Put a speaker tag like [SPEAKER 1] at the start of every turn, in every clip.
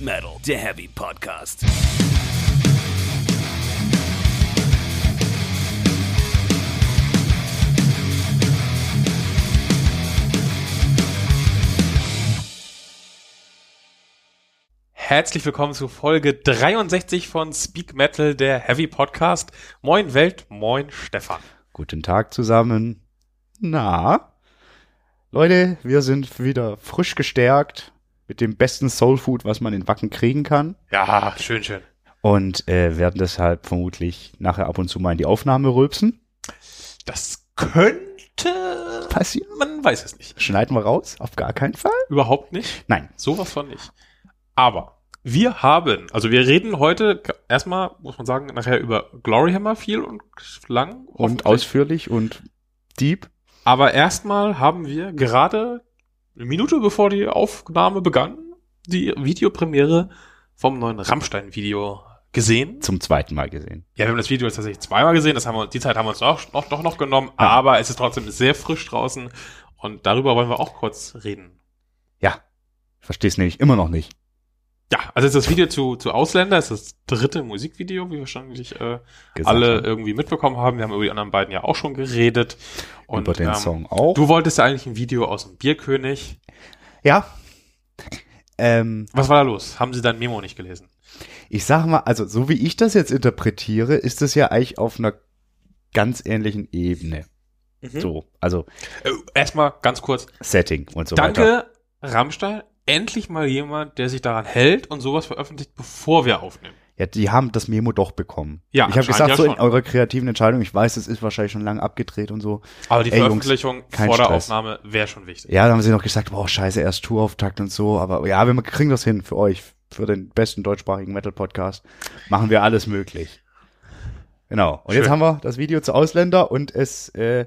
[SPEAKER 1] Metal, der Heavy Podcast.
[SPEAKER 2] Herzlich willkommen zu Folge 63 von Speak Metal, der Heavy Podcast. Moin Welt, moin Stefan.
[SPEAKER 3] Guten Tag zusammen. Na? Leute, wir sind wieder frisch gestärkt mit dem besten Soulfood, was man in Wacken kriegen kann.
[SPEAKER 2] Ja, schön, schön.
[SPEAKER 3] Und äh, werden deshalb vermutlich nachher ab und zu mal in die Aufnahme rülpsen.
[SPEAKER 2] Das könnte,
[SPEAKER 3] Passiert.
[SPEAKER 2] man weiß es nicht.
[SPEAKER 3] Schneiden wir raus? Auf gar keinen Fall.
[SPEAKER 2] Überhaupt nicht,
[SPEAKER 3] Nein.
[SPEAKER 2] sowas von nicht. Aber wir haben, also wir reden heute g- erstmal, muss man sagen, nachher über Gloryhammer viel und lang.
[SPEAKER 3] Und
[SPEAKER 2] hoffentlich.
[SPEAKER 3] ausführlich und deep.
[SPEAKER 2] Aber erstmal haben wir gerade eine Minute bevor die Aufnahme begann, die Videopremiere vom neuen Rammstein-Video gesehen.
[SPEAKER 3] Zum zweiten Mal gesehen.
[SPEAKER 2] Ja, wir haben das Video jetzt tatsächlich zweimal gesehen, das haben wir, die Zeit haben wir uns noch, noch, doch noch genommen,
[SPEAKER 3] Ja.
[SPEAKER 2] aber es ist trotzdem sehr frisch draußen und darüber wollen wir auch kurz reden.
[SPEAKER 3] Ja. Ich verstehe es nämlich immer noch nicht.
[SPEAKER 2] Ja, also es ist das Video zu, zu Ausländer, es ist das dritte Musikvideo, wie wahrscheinlich äh,
[SPEAKER 3] Gesagt
[SPEAKER 2] alle
[SPEAKER 3] haben.
[SPEAKER 2] irgendwie mitbekommen haben. Wir haben über die anderen beiden ja auch schon geredet. Und
[SPEAKER 3] über den
[SPEAKER 2] ähm,
[SPEAKER 3] Song auch.
[SPEAKER 2] du wolltest ja eigentlich ein Video aus dem Bierkönig.
[SPEAKER 3] ja. Ähm,
[SPEAKER 2] Was war da los? Haben sie dein Memo nicht gelesen?
[SPEAKER 3] ich sag mal, also so wie ich das jetzt interpretiere, ist das ja eigentlich auf einer ganz ähnlichen Ebene.
[SPEAKER 2] So.
[SPEAKER 3] So, also
[SPEAKER 2] Äh, erstmal ganz kurz,
[SPEAKER 3] Setting und so weiter.
[SPEAKER 2] Danke, Rammstein. Endlich mal jemand, der sich daran hält und sowas veröffentlicht, bevor wir aufnehmen.
[SPEAKER 3] Ja, die haben das Memo doch bekommen.
[SPEAKER 2] Ja,
[SPEAKER 3] ich habe
[SPEAKER 2] anscheinend
[SPEAKER 3] gesagt,
[SPEAKER 2] ja
[SPEAKER 3] so in
[SPEAKER 2] schon.
[SPEAKER 3] eurer kreativen Entscheidung, ich weiß, es ist wahrscheinlich schon lange abgedreht und so.
[SPEAKER 2] Aber die
[SPEAKER 3] Ey, Jungs,
[SPEAKER 2] Veröffentlichung
[SPEAKER 3] kein
[SPEAKER 2] vor der
[SPEAKER 3] Stress.
[SPEAKER 2] Aufnahme wäre schon wichtig.
[SPEAKER 3] Ja, dann haben sie noch gesagt, boah, scheiße, erst Tourauftakt und so, aber ja, wir kriegen das hin für euch, für den besten deutschsprachigen Metal-Podcast. Machen wir alles möglich. Genau. Und jetzt
[SPEAKER 2] Schön.
[SPEAKER 3] haben wir das Video zu Ausländer und es äh,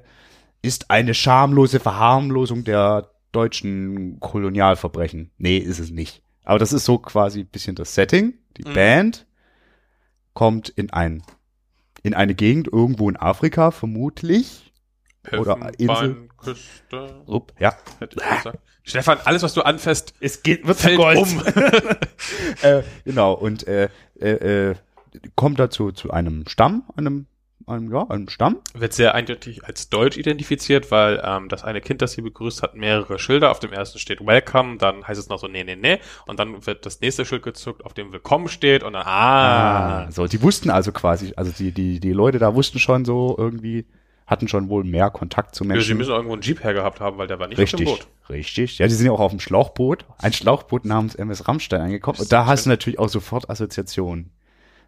[SPEAKER 3] ist eine schamlose Verharmlosung der deutschen Kolonialverbrechen. Nee, ist es nicht. Aber das ist so quasi ein bisschen das Setting. Die
[SPEAKER 2] Mhm.
[SPEAKER 3] Band kommt in ein in eine Gegend irgendwo in Afrika vermutlich. Oder Insel.
[SPEAKER 2] Küste,
[SPEAKER 3] Upp, ja.
[SPEAKER 2] hätte ich gesagt. Stefan, alles, was du anfasst,
[SPEAKER 3] Es geht, wird
[SPEAKER 2] fällt
[SPEAKER 3] vergoldet.
[SPEAKER 2] um.
[SPEAKER 3] äh, genau, und äh, äh, äh, kommt dazu zu einem Stamm, einem, einem, ja, einem Stamm.
[SPEAKER 2] Wird sehr eindeutig als deutsch identifiziert, weil ähm, das eine Kind, das sie begrüßt, hat mehrere Schilder. Auf dem ersten steht Welcome, dann heißt es noch so, nee, nee, nee. Und dann wird das nächste Schild gezückt, auf dem Willkommen steht und dann, ah.
[SPEAKER 3] So, die wussten also quasi, also die, die, die Leute da wussten schon so irgendwie, hatten schon wohl mehr Kontakt zu
[SPEAKER 2] Ja, sie
[SPEAKER 3] Menschen.
[SPEAKER 2] müssen irgendwo einen Jeep hergehabt haben, weil der war nicht
[SPEAKER 3] richtig,
[SPEAKER 2] auf dem Boot.
[SPEAKER 3] richtig. Ja, die sind ja auch auf dem Schlauchboot, ein Schlauchboot namens MS Rammstein angekommen. Und da hast du natürlich auch sofort Assoziationen.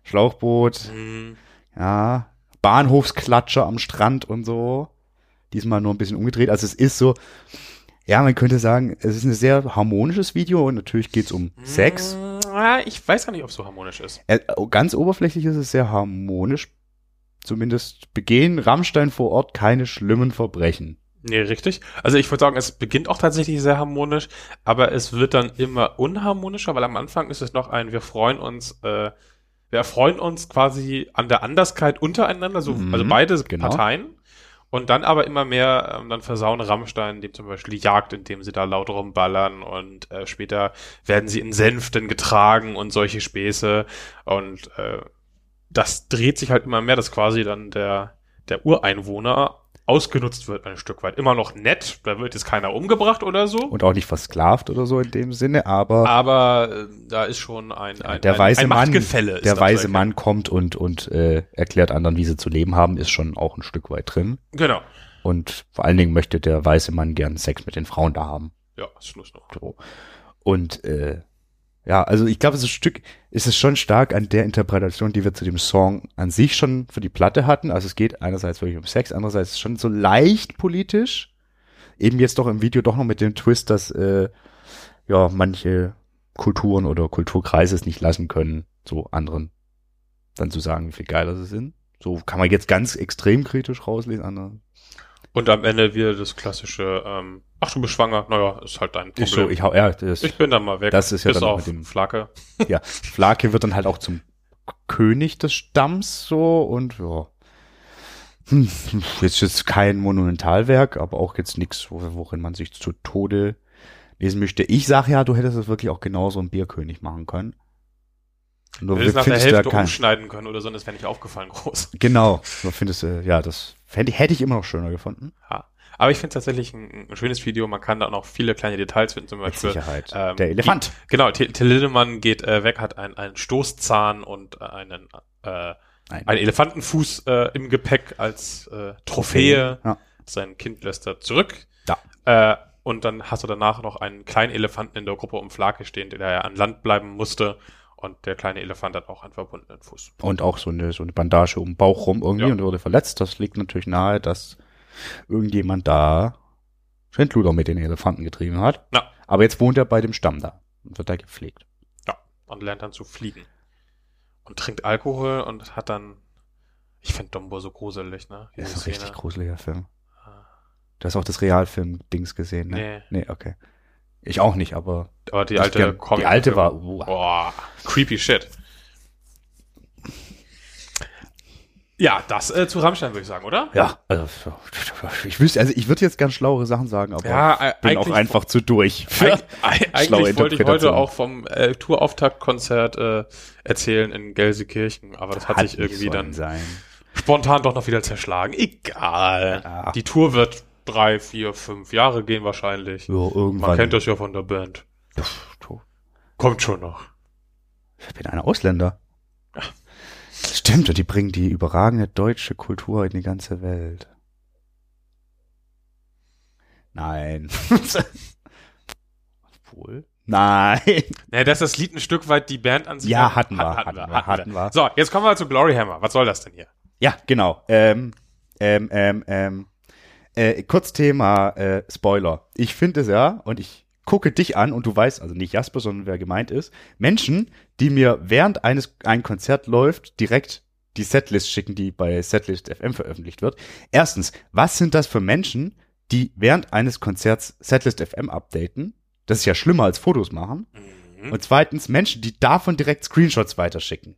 [SPEAKER 3] Schlauchboot,
[SPEAKER 2] Hm.
[SPEAKER 3] Ja, Bahnhofsklatsche am Strand und so. Diesmal nur ein bisschen umgedreht. Also es ist so, ja, man könnte sagen, es ist ein sehr harmonisches Video und natürlich geht's um
[SPEAKER 2] Mhm.
[SPEAKER 3] Sex.
[SPEAKER 2] Ah, Ich weiß gar nicht, ob es so harmonisch ist.
[SPEAKER 3] Äh, ganz oberflächlich ist es sehr harmonisch. Zumindest begehen Rammstein vor Ort keine schlimmen Verbrechen.
[SPEAKER 2] Nee, richtig. Also ich würde sagen, es beginnt auch tatsächlich sehr harmonisch, aber es wird dann immer unharmonischer, weil am Anfang ist es noch ein, wir freuen uns, äh, wir erfreuen uns quasi an der Anderskeit untereinander, so,
[SPEAKER 3] Mhm,
[SPEAKER 2] also beide
[SPEAKER 3] genau.
[SPEAKER 2] Parteien. Und dann aber immer mehr, ähm, dann versauen Rammstein dem zum Beispiel die Jagd, indem sie da laut rumballern und äh, später werden sie in Sänften getragen und solche Späße. Und äh, das dreht sich halt immer mehr, dass quasi dann der, der Ureinwohner ausgenutzt wird ein Stück weit. Immer noch nett, da wird jetzt keiner umgebracht oder so.
[SPEAKER 3] Und auch nicht versklavt oder so in dem Sinne, aber
[SPEAKER 2] aber äh, da ist schon ein, ein,
[SPEAKER 3] der
[SPEAKER 2] ein,
[SPEAKER 3] weise
[SPEAKER 2] ein
[SPEAKER 3] Mann,
[SPEAKER 2] Machtgefälle. ist da
[SPEAKER 3] der
[SPEAKER 2] zu
[SPEAKER 3] weise
[SPEAKER 2] erkennen.
[SPEAKER 3] Mann kommt und, und äh, erklärt anderen, wie sie zu leben haben, ist schon auch ein Stück weit drin.
[SPEAKER 2] Genau.
[SPEAKER 3] Und vor allen Dingen möchte der weiße Mann gern Sex mit den Frauen da haben.
[SPEAKER 2] Ja, ist Schluss noch.
[SPEAKER 3] So. Und äh, ja, also ich glaube, es ist ein Stück, es ist schon stark an der Interpretation, die wir zu dem Song an sich schon für die Platte hatten. Also es geht einerseits wirklich um Sex, andererseits ist es schon so leicht politisch. Eben jetzt doch im Video doch noch mit dem Twist, dass äh, ja manche Kulturen oder Kulturkreise es nicht lassen können, so anderen dann zu sagen, wie viel geiler sie sind. So kann man jetzt ganz extrem kritisch rauslesen. Andere.
[SPEAKER 2] Und am Ende wieder das klassische, ähm, ach du bist schwanger, naja, ist halt dein Problem.
[SPEAKER 3] Ist so, ich hau, ja, das,
[SPEAKER 2] Ich bin dann mal weg.
[SPEAKER 3] Das ist ja
[SPEAKER 2] Bis
[SPEAKER 3] dann auch
[SPEAKER 2] auf
[SPEAKER 3] mit dem- Ja,
[SPEAKER 2] Flake.
[SPEAKER 3] ja, Flake wird dann halt auch zum K- König des Stamms so und ja. Hm, Jetzt ist kein Monumentalwerk, aber auch jetzt nichts, worin man sich zu Tode lesen möchte. Ich sag ja, du hättest es wirklich auch genauso ein Bierkönig machen können. Nur
[SPEAKER 2] hättest nach der
[SPEAKER 3] findest du da
[SPEAKER 2] Hälfte
[SPEAKER 3] kein-
[SPEAKER 2] umschneiden können oder so, und das wäre nicht aufgefallen groß.
[SPEAKER 3] Genau, nur findest du, ja, das fänd, hätte ich immer noch schöner gefunden.
[SPEAKER 2] Ja. Aber ich finde es tatsächlich ein, ein schönes Video. Man kann da auch noch viele kleine Details finden, zum
[SPEAKER 3] Mit
[SPEAKER 2] Beispiel.
[SPEAKER 3] Sicherheit.
[SPEAKER 2] ähm,
[SPEAKER 3] der Elefant.
[SPEAKER 2] Ge- Genau, Till Till Lindemann geht äh, weg, hat ein, einen Stoßzahn und einen, äh,
[SPEAKER 3] Ein-
[SPEAKER 2] einen Elefantenfuß äh, im Gepäck als äh, Trophäe.
[SPEAKER 3] Ja.
[SPEAKER 2] Sein Kind lässt er zurück.
[SPEAKER 3] Ja.
[SPEAKER 2] Äh, und dann hast du danach noch einen kleinen Elefanten in der Gruppe um Flake stehen, der ja an Land bleiben musste. Und der kleine Elefant hat auch einen verbundenen Fuß.
[SPEAKER 3] Und auch so eine, so eine Bandage um den Bauch rum irgendwie
[SPEAKER 2] Ja.
[SPEAKER 3] und wurde verletzt. Das liegt natürlich nahe, dass irgendjemand da Schindluder mit den Elefanten getrieben hat.
[SPEAKER 2] Ja.
[SPEAKER 3] Aber jetzt wohnt er bei dem Stamm da und wird da gepflegt.
[SPEAKER 2] und lernt dann zu fliegen. Und trinkt Alkohol und hat dann. Ich find Dumbo so gruselig, ne?
[SPEAKER 3] Das
[SPEAKER 2] Diese
[SPEAKER 3] ist ein richtig
[SPEAKER 2] Szene.
[SPEAKER 3] gruseliger Film. Du hast auch das Realfilm-Dings gesehen, ne?
[SPEAKER 2] Ah. Nee.
[SPEAKER 3] Nee. okay. Ich auch nicht, aber
[SPEAKER 2] Aber die
[SPEAKER 3] das-
[SPEAKER 2] alte Oh. Comic-
[SPEAKER 3] die alte war. oh, Wow.
[SPEAKER 2] Boah, creepy shit. Ja, das äh, zu Rammstein würde ich sagen, oder?
[SPEAKER 3] Ja, also ich wüsste, also ich würde jetzt ganz schlauere Sachen sagen, aber
[SPEAKER 2] Ja, äh,
[SPEAKER 3] bin auch
[SPEAKER 2] eigentlich-
[SPEAKER 3] einfach zu durch.
[SPEAKER 2] Eig eig-
[SPEAKER 3] Schlaue
[SPEAKER 2] eigentlich wollte ich heute
[SPEAKER 3] Interpretation.
[SPEAKER 2] auch vom äh, Tourauftaktkonzert äh, erzählen in Gelsenkirchen, aber das hat, sich
[SPEAKER 3] nicht
[SPEAKER 2] irgendwie
[SPEAKER 3] sollen
[SPEAKER 2] dann
[SPEAKER 3] sein.
[SPEAKER 2] spontan doch noch wieder zerschlagen. Egal.
[SPEAKER 3] Ja.
[SPEAKER 2] Die Tour wird drei, vier, fünf Jahre gehen wahrscheinlich.
[SPEAKER 3] Ja, irgendwann.
[SPEAKER 2] Man kennt das ja von der Band.
[SPEAKER 3] Pff, du,
[SPEAKER 2] Kommt schon noch.
[SPEAKER 3] ich bin ein Ausländer. Stimmt, und die bringen die überragende deutsche Kultur in die ganze Welt. Nein. Obwohl? Nein.
[SPEAKER 2] Naja, dass das Lied ein Stück weit die Band an sich
[SPEAKER 3] Ja,
[SPEAKER 2] hat-
[SPEAKER 3] hatten wir,
[SPEAKER 2] hat-
[SPEAKER 3] hatten wir, hatten wir.
[SPEAKER 2] So, jetzt kommen wir zu Glory Hammer. Was soll das denn hier?
[SPEAKER 3] Ja, genau. Ähm, ähm, ähm, ähm. Äh, kurz Thema äh, Spoiler. Ich finde es ja, und ich gucke dich an und du weißt, also nicht Jasper, sondern wer gemeint ist, Menschen, die mir während eines ein Konzert läuft, direkt die Setlist schicken, die bei Setlist FM veröffentlicht wird. Erstens, was sind das für Menschen, die während eines Konzerts Setlist FM updaten? Das ist ja schlimmer als Fotos machen. Und zweitens, Menschen, die davon direkt Screenshots weiterschicken.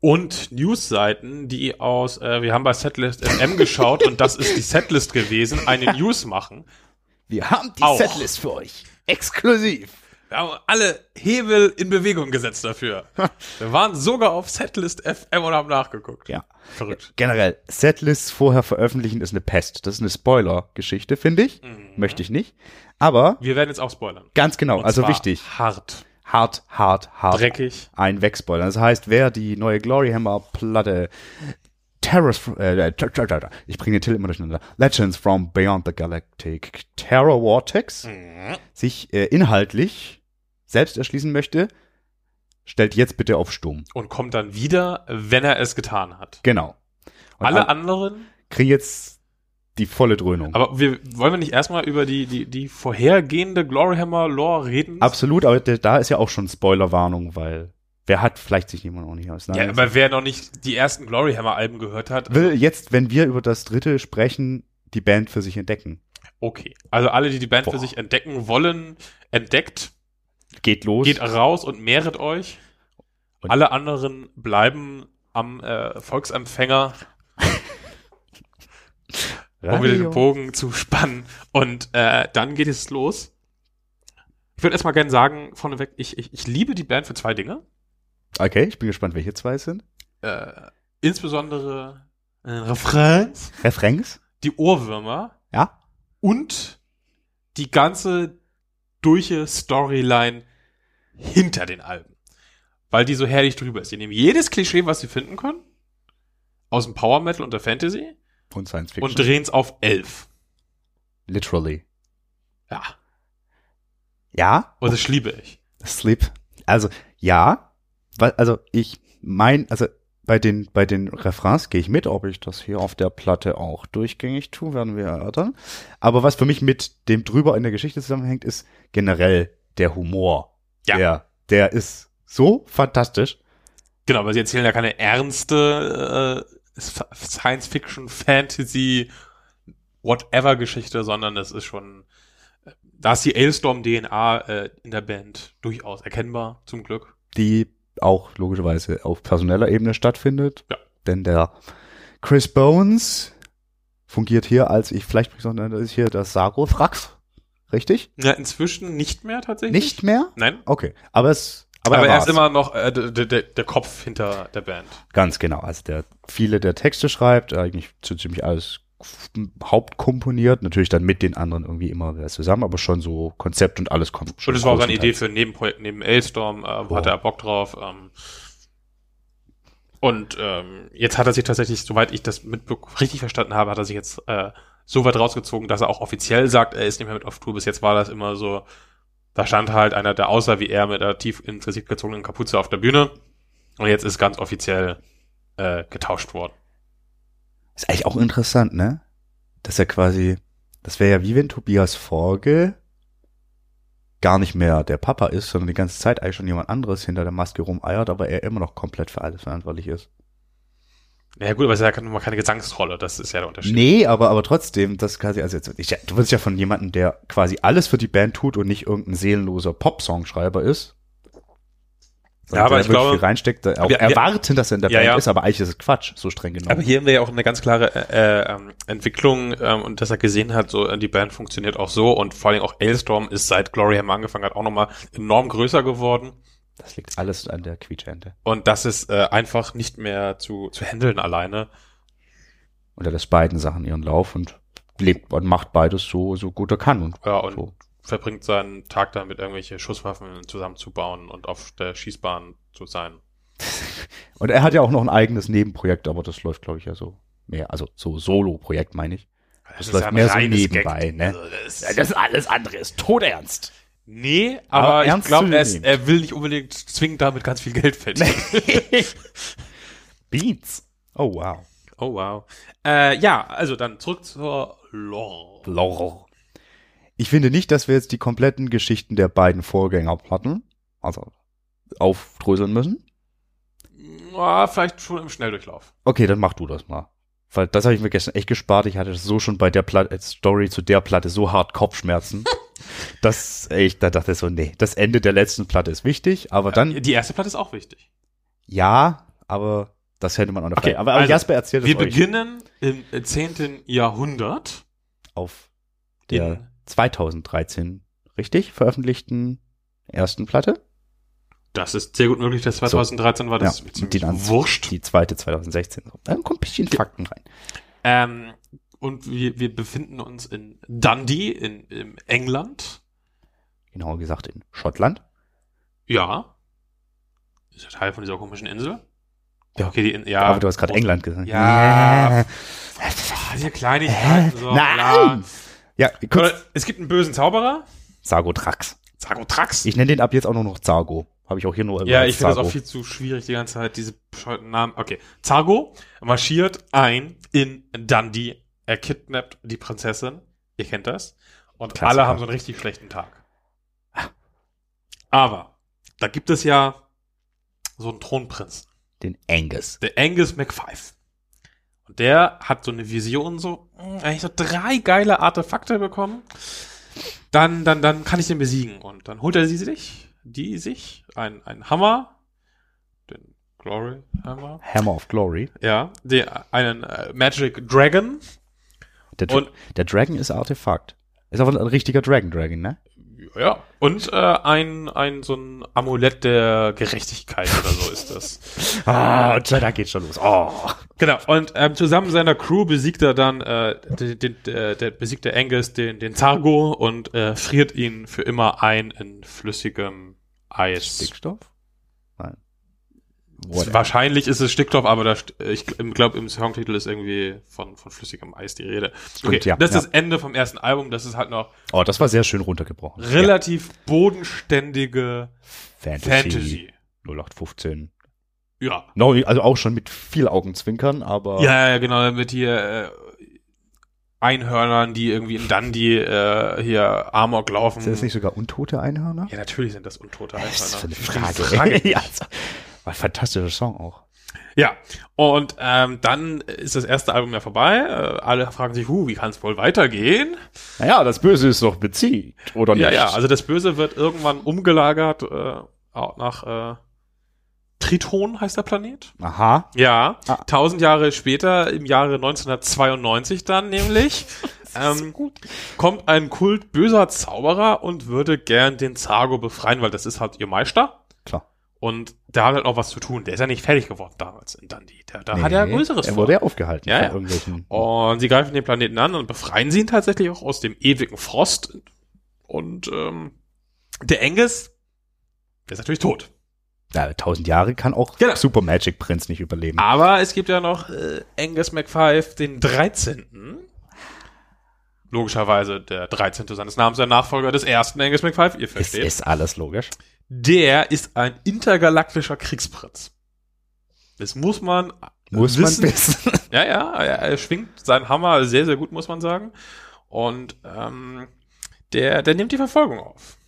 [SPEAKER 2] Und Newsseiten, die aus, äh, wir haben bei Setlist FM geschaut und das ist die Setlist gewesen, eine News machen.
[SPEAKER 3] Wir haben die
[SPEAKER 2] Auch.
[SPEAKER 3] Setlist für euch. Exklusiv.
[SPEAKER 2] Wir haben alle Hebel in Bewegung gesetzt dafür. Wir waren sogar auf Setlist FM und haben nachgeguckt.
[SPEAKER 3] Ja.
[SPEAKER 2] Verrückt.
[SPEAKER 3] Generell, Setlists vorher veröffentlichen ist eine Pest. Das ist eine Spoiler-Geschichte, finde ich. Möchte ich nicht. Aber
[SPEAKER 2] Wir werden jetzt auch spoilern.
[SPEAKER 3] ganz genau,
[SPEAKER 2] Mhm. Und
[SPEAKER 3] also
[SPEAKER 2] zwar
[SPEAKER 3] wichtig.
[SPEAKER 2] Hart.
[SPEAKER 3] Hart, hart, hart.
[SPEAKER 2] Dreckig.
[SPEAKER 3] Ein Wegspoiler. Das heißt, wer die neue Gloryhammer-Platte Terrors, äh, ter- ter- ter- ter- ich bringe den Till immer durcheinander. Legends from Beyond the Galactic Terror Vortex
[SPEAKER 2] Hm.
[SPEAKER 3] sich äh, inhaltlich selbst erschließen möchte, stellt jetzt bitte auf Stumm.
[SPEAKER 2] Und kommt dann wieder, wenn er es getan hat.
[SPEAKER 3] Genau. Und
[SPEAKER 2] alle
[SPEAKER 3] an-
[SPEAKER 2] anderen
[SPEAKER 3] kriegen jetzt die volle Dröhnung.
[SPEAKER 2] Aber wir wollen wir nicht erstmal über die, die, die vorhergehende Gloryhammer-Lore reden?
[SPEAKER 3] Absolut, aber der- da ist ja auch schon Spoilerwarnung, weil wer hat vielleicht sich jemand auch nicht aus.
[SPEAKER 2] Ja, aber wer noch nicht die ersten Gloryhammer-Alben gehört hat,
[SPEAKER 3] will jetzt, wenn wir über das dritte sprechen, die Band für sich entdecken.
[SPEAKER 2] okay. Also alle, die die Band
[SPEAKER 3] Boah.
[SPEAKER 2] für sich entdecken wollen, entdeckt,
[SPEAKER 3] Geht also los.
[SPEAKER 2] geht raus und mehret euch.
[SPEAKER 3] Und-
[SPEAKER 2] alle anderen bleiben am äh, Volksempfänger, um wieder den
[SPEAKER 3] Radio.
[SPEAKER 2] Bogen zu spannen. Und äh, dann geht es los. Ich würde erstmal gerne sagen, vorneweg, ich, ich, ich liebe die Band für zwei Dinge.
[SPEAKER 3] Okay, ich bin gespannt, welche zwei es sind.
[SPEAKER 2] Äh, insbesondere äh, Refrains.
[SPEAKER 3] Refrains?
[SPEAKER 2] die Ohrwürmer
[SPEAKER 3] Ja.
[SPEAKER 2] und die ganze durche Storyline hinter den Alben. Weil die so herrlich drüber ist. Die nehmen jedes Klischee, was sie finden können, aus dem Power Metal und der Fantasy
[SPEAKER 3] Und Science Fiction.
[SPEAKER 2] und drehen es auf elf.
[SPEAKER 3] Literally.
[SPEAKER 2] Ja.
[SPEAKER 3] Ja,
[SPEAKER 2] Und das liebe ich.
[SPEAKER 3] Sleep. Also, ja. Weil, also, ich mein, also, bei den, bei den Refrains gehe ich mit, ob ich das hier auf der Platte auch durchgängig tue, werden wir erörtern. Aber was für mich mit dem drüber in der Geschichte zusammenhängt, ist generell der Humor.
[SPEAKER 2] Ja.
[SPEAKER 3] Der, der ist so fantastisch.
[SPEAKER 2] Genau, weil sie erzählen ja keine ernste äh, Sci- Science-Fiction, Fantasy, whatever-Geschichte, sondern das ist schon, äh, da ist die Aelstorm-DNA äh, in der Band durchaus erkennbar, zum Glück.
[SPEAKER 3] die auch logischerweise auf personeller Ebene stattfindet.
[SPEAKER 2] Ja.
[SPEAKER 3] Denn der Chris Bones fungiert hier als, ich vielleicht bringe ich noch, das ist hier das Sarofrax. Richtig?
[SPEAKER 2] Ja, inzwischen nicht mehr tatsächlich.
[SPEAKER 3] Nicht mehr?
[SPEAKER 2] Nein.
[SPEAKER 3] Okay. Aber es
[SPEAKER 2] Aber,
[SPEAKER 3] er
[SPEAKER 2] er ist
[SPEAKER 3] war's.
[SPEAKER 2] immer noch äh, der, der, der Kopf hinter der Band.
[SPEAKER 3] Ganz genau. Also der viele der Texte schreibt, eigentlich so ziemlich alles f- hauptkomponiert, natürlich dann mit den anderen irgendwie immer wer zusammen, aber schon so Konzept und alles kommt schon.
[SPEAKER 2] Und das war auch seine Idee
[SPEAKER 3] größtenteils.
[SPEAKER 2] für ein Nebenprojekt neben Elstorm, äh, wo
[SPEAKER 3] Oh.
[SPEAKER 2] hatte er Bock drauf. Ähm, und ähm, jetzt hat er sich tatsächlich, soweit ich das mit richtig verstanden habe, hat er sich jetzt äh, so weit rausgezogen, dass er auch offiziell sagt, er ist nicht mehr mit auf Tour. Bis jetzt war das immer so, da stand halt einer, der aussah wie er mit einer tief ins Gesicht gezogenen Kapuze auf der Bühne. Und jetzt ist ganz offiziell äh, getauscht worden.
[SPEAKER 3] Ist eigentlich auch interessant, ne? Dass er quasi, das wäre ja wie wenn Tobias Forge gar nicht mehr der Papa ist, sondern die ganze Zeit eigentlich schon jemand anderes hinter der Maske rumeiert, aber er immer noch komplett für alles verantwortlich ist.
[SPEAKER 2] Ja gut, aber es ist ja keine- mal keine Gesangsrolle, das ist ja der Unterschied.
[SPEAKER 3] Nee, aber, aber trotzdem, das quasi, also jetzt, ich, du wirst ja von jemandem, der quasi alles für die Band tut und nicht irgendein seelenloser Popsongschreiber ist. sondern
[SPEAKER 2] aber
[SPEAKER 3] der
[SPEAKER 2] ich
[SPEAKER 3] wirklich
[SPEAKER 2] glaube-
[SPEAKER 3] viel reinsteckt, da auch
[SPEAKER 2] wir- wir-
[SPEAKER 3] erwarten, dass er in der
[SPEAKER 2] Ja,
[SPEAKER 3] Band
[SPEAKER 2] ja.
[SPEAKER 3] ist, aber eigentlich ist es Quatsch, so streng genommen.
[SPEAKER 2] Aber hier haben wir ja auch eine ganz klare äh, ähm, Entwicklung ähm, und dass er gesehen hat, so äh, die Band funktioniert auch so und vor allem auch Aelstorm ist seit Glory Hammer angefangen hat auch nochmal enorm größer geworden
[SPEAKER 3] das liegt alles an der Quietschente.
[SPEAKER 2] und das ist äh, einfach nicht mehr zu zu handeln alleine.
[SPEAKER 3] Und er lässt beiden Sachen ihren Lauf und lebt und macht beides so, so gut er kann. Und
[SPEAKER 2] Ja, äh, und
[SPEAKER 3] So.
[SPEAKER 2] verbringt seinen Tag damit irgendwelche Schusswaffen zusammenzubauen und auf der Schießbahn zu sein.
[SPEAKER 3] Und er hat ja auch noch ein eigenes Nebenprojekt, aber das läuft, glaube ich, ja so mehr. Also so Solo-Projekt, meine ich. Das läuft
[SPEAKER 2] ein
[SPEAKER 3] mehr so
[SPEAKER 2] reines
[SPEAKER 3] nebenbei, ne?
[SPEAKER 2] Also, das ist,
[SPEAKER 3] ist alles andere, ist todernst.
[SPEAKER 2] nee,
[SPEAKER 3] Aber
[SPEAKER 2] aber, ich
[SPEAKER 3] ernst zu
[SPEAKER 2] glaube, er,
[SPEAKER 3] nehmen.
[SPEAKER 2] er will nicht unbedingt zwingend damit ganz viel Geld verdienen.
[SPEAKER 3] Beats. Oh, wow.
[SPEAKER 2] Oh wow. Äh, ja, also dann zurück zur Lore.
[SPEAKER 3] Lore. Ich finde nicht, dass wir jetzt die kompletten Geschichten der beiden Vorgängerplatten, also aufdröseln müssen.
[SPEAKER 2] Ja, vielleicht schon im Schnelldurchlauf.
[SPEAKER 3] Okay, dann mach du das mal. Weil das habe ich mir gestern echt gespart. Ich hatte so schon bei der Plat äh, Story zu der Platte so hart Kopfschmerzen. das echt, da dachte ich so, nee, das Ende der letzten Platte ist wichtig, aber dann
[SPEAKER 2] Äh, Die erste Platte ist auch wichtig.
[SPEAKER 3] ja, aber das hätte man auch noch.
[SPEAKER 2] Okay,
[SPEAKER 3] aber
[SPEAKER 2] also,
[SPEAKER 3] Jasper erzählt es
[SPEAKER 2] Wir
[SPEAKER 3] euch
[SPEAKER 2] beginnen im 10. Jahrhundert.
[SPEAKER 3] auf
[SPEAKER 2] In-
[SPEAKER 3] der 2013 richtig veröffentlichten ersten Platte.
[SPEAKER 2] Das ist sehr gut möglich, dass 2013 war. Das ist
[SPEAKER 3] Ja,
[SPEAKER 2] mir
[SPEAKER 3] die dann-
[SPEAKER 2] ziemlich wurscht.
[SPEAKER 3] Die zweite 2016. Dann kommt ein bisschen Fakten rein.
[SPEAKER 2] Ähm, und wir, wir befinden uns in Dundee in, im England.
[SPEAKER 3] Genauer gesagt in Schottland.
[SPEAKER 2] Ja. Ist ja Teil von dieser komischen Insel.
[SPEAKER 3] Ja.
[SPEAKER 2] okay, die In ja.
[SPEAKER 3] Aber du hast gerade
[SPEAKER 2] Und-
[SPEAKER 3] England gesagt.
[SPEAKER 2] Ja.
[SPEAKER 3] Ja.
[SPEAKER 2] Ah, diese Kleinigkeiten. So,
[SPEAKER 3] Nein! Ja,
[SPEAKER 2] bla.
[SPEAKER 3] kurz.
[SPEAKER 2] Es gibt einen bösen Zauberer.
[SPEAKER 3] Sargo Trax.
[SPEAKER 2] Zagotrax.
[SPEAKER 3] Ich nenne den ab jetzt auch nur noch Zargo. Habe ich auch hier nur
[SPEAKER 2] Ja,
[SPEAKER 3] als
[SPEAKER 2] ich finde das
[SPEAKER 3] Zargo.
[SPEAKER 2] auch viel zu schwierig, die ganze Zeit, diese bescheuerten Namen. Okay. Zargo marschiert ein in Dundee. Er kidnappt die Prinzessin. Ihr kennt das. Und
[SPEAKER 3] Klassiker.
[SPEAKER 2] alle haben so einen richtig schlechten Tag. Aber da gibt es ja so einen Thronprinzen.
[SPEAKER 3] Den Angus.
[SPEAKER 2] Der Angus MacFife. Und der hat so eine Vision, so, mh, eigentlich so drei geile Artefakte bekommen. Dann, dann, dann kann ich den besiegen. Und dann holt er sie sich, die sich, ein, ein Hammer, den Glory Hammer,
[SPEAKER 3] Hammer of Glory.
[SPEAKER 2] ja, den, einen äh, Magic Dragon.
[SPEAKER 3] Der,
[SPEAKER 2] Und-
[SPEAKER 3] Dra der Dragon ist Artefakt. Ist aber ein richtiger Dragon Dragon, ne?
[SPEAKER 2] Ja. Und äh, ein, ein, so ein Amulett der Gerechtigkeit oder so ist das.
[SPEAKER 3] Ah, und da geht's schon los. Oh.
[SPEAKER 2] Genau, und ähm, zusammen mit seiner Crew besiegt er dann, äh, den, den, der, der besiegt der Angus den, den Zargo und äh, friert ihn für immer ein in flüssigem Eis.
[SPEAKER 3] Stickstoff? Nein.
[SPEAKER 2] Ist- Wahrscheinlich ist es Stickstoff, aber da, st- ich glaube, im Songtitel ist irgendwie von, von flüssigem Eis die Rede. Okay,
[SPEAKER 3] Stimmt, ja,
[SPEAKER 2] das
[SPEAKER 3] ja.
[SPEAKER 2] ist das Ende vom ersten Album, das ist halt noch
[SPEAKER 3] Oh, das war sehr schön runtergebrochen.
[SPEAKER 2] relativ bodenständige
[SPEAKER 3] Fantasy.
[SPEAKER 2] Fantasy.
[SPEAKER 3] 0815.
[SPEAKER 2] Ja.
[SPEAKER 3] No, also auch schon mit viel Augenzwinkern, aber
[SPEAKER 2] Ja, ja, genau, mit hier äh, Einhörnern, die irgendwie in Dundee äh, hier Amok laufen.
[SPEAKER 3] sind das nicht sogar untote Einhörner?
[SPEAKER 2] Ja, natürlich sind das untote
[SPEAKER 3] Was ist das für
[SPEAKER 2] Einhörner.
[SPEAKER 3] eine
[SPEAKER 2] Ich verstehe
[SPEAKER 3] Frage?
[SPEAKER 2] die Frage nicht.
[SPEAKER 3] ja, also, war ein fantastischer Song auch.
[SPEAKER 2] ja, und ähm, dann ist das erste Album ja vorbei. Äh, alle fragen sich, huh, wie kann es wohl weitergehen?
[SPEAKER 3] Naja, das Böse ist doch bezieht, oder nicht?
[SPEAKER 2] Ja, ja, also das Böse wird irgendwann umgelagert äh, auch nach äh, Triton heißt der Planet.
[SPEAKER 3] Aha.
[SPEAKER 2] Ja,
[SPEAKER 3] Ah.
[SPEAKER 2] tausend Jahre später, im Jahre 1992 dann nämlich, ähm, kommt ein Kult böser Zauberer und würde gern den Zargo befreien, weil das ist halt ihr Meister.
[SPEAKER 3] Klar.
[SPEAKER 2] Und der hat halt noch was zu tun. Der ist ja nicht fertig geworden damals in Dundee. Der, da hat er
[SPEAKER 3] Nee,
[SPEAKER 2] Größeres
[SPEAKER 3] Er
[SPEAKER 2] vor.
[SPEAKER 3] wurde ja aufgehalten
[SPEAKER 2] Ja,
[SPEAKER 3] von
[SPEAKER 2] ja. Oh.
[SPEAKER 3] irgendwelchen.
[SPEAKER 2] Und sie greifen den Planeten an und befreien sie ihn tatsächlich auch aus dem ewigen Frost. Und ähm, der Angus ist natürlich tot.
[SPEAKER 3] Ja, tausend Jahre kann auch
[SPEAKER 2] Genau. Ah,
[SPEAKER 3] Super Magic Prince nicht überleben.
[SPEAKER 2] Aber es gibt ja noch äh, Angus MacFive, den 13. Logischerweise der 13. seines Namens, der Nachfolger des ersten Angus MacFive, ihr
[SPEAKER 3] Es
[SPEAKER 2] versteht.
[SPEAKER 3] ist alles logisch.
[SPEAKER 2] Der ist ein intergalaktischer Kriegsprinz. Das muss man
[SPEAKER 3] Muss
[SPEAKER 2] wissen.
[SPEAKER 3] man wissen.
[SPEAKER 2] Ja, ja, er, er schwingt seinen Hammer sehr, sehr gut, muss man sagen. Und ähm, der, der nimmt die Verfolgung auf.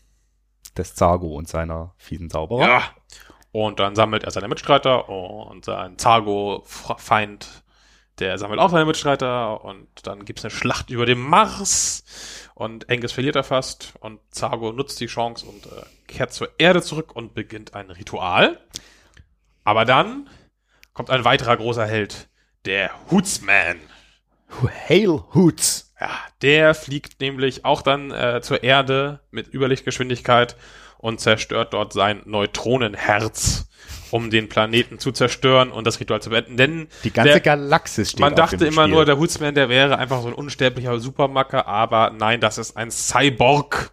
[SPEAKER 3] Des Zargo und seiner fiesen Zauberer.
[SPEAKER 2] Und dann sammelt er seine Mitstreiter und sein Zargo-Feind, der sammelt auch seine Mitstreiter und dann gibt's eine Schlacht über dem Mars und Angus verliert er fast und Zargo nutzt die Chance und äh, kehrt zur Erde zurück und beginnt ein Ritual. Aber dann kommt ein weiterer großer Held, der Hootsman.
[SPEAKER 3] Hail Hoots.
[SPEAKER 2] Ja, der fliegt nämlich auch dann äh, zur Erde mit Überlichtgeschwindigkeit und zerstört dort sein Neutronenherz, um den Planeten zu zerstören und das Ritual zu beenden. Denn
[SPEAKER 3] Die ganze
[SPEAKER 2] der,
[SPEAKER 3] Galaxis steht
[SPEAKER 2] man
[SPEAKER 3] auf
[SPEAKER 2] dachte
[SPEAKER 3] dem
[SPEAKER 2] immer
[SPEAKER 3] Spiel.
[SPEAKER 2] nur, der Hootsman, der wäre einfach so ein unsterblicher Supermacker, aber nein, das ist ein Cyborg.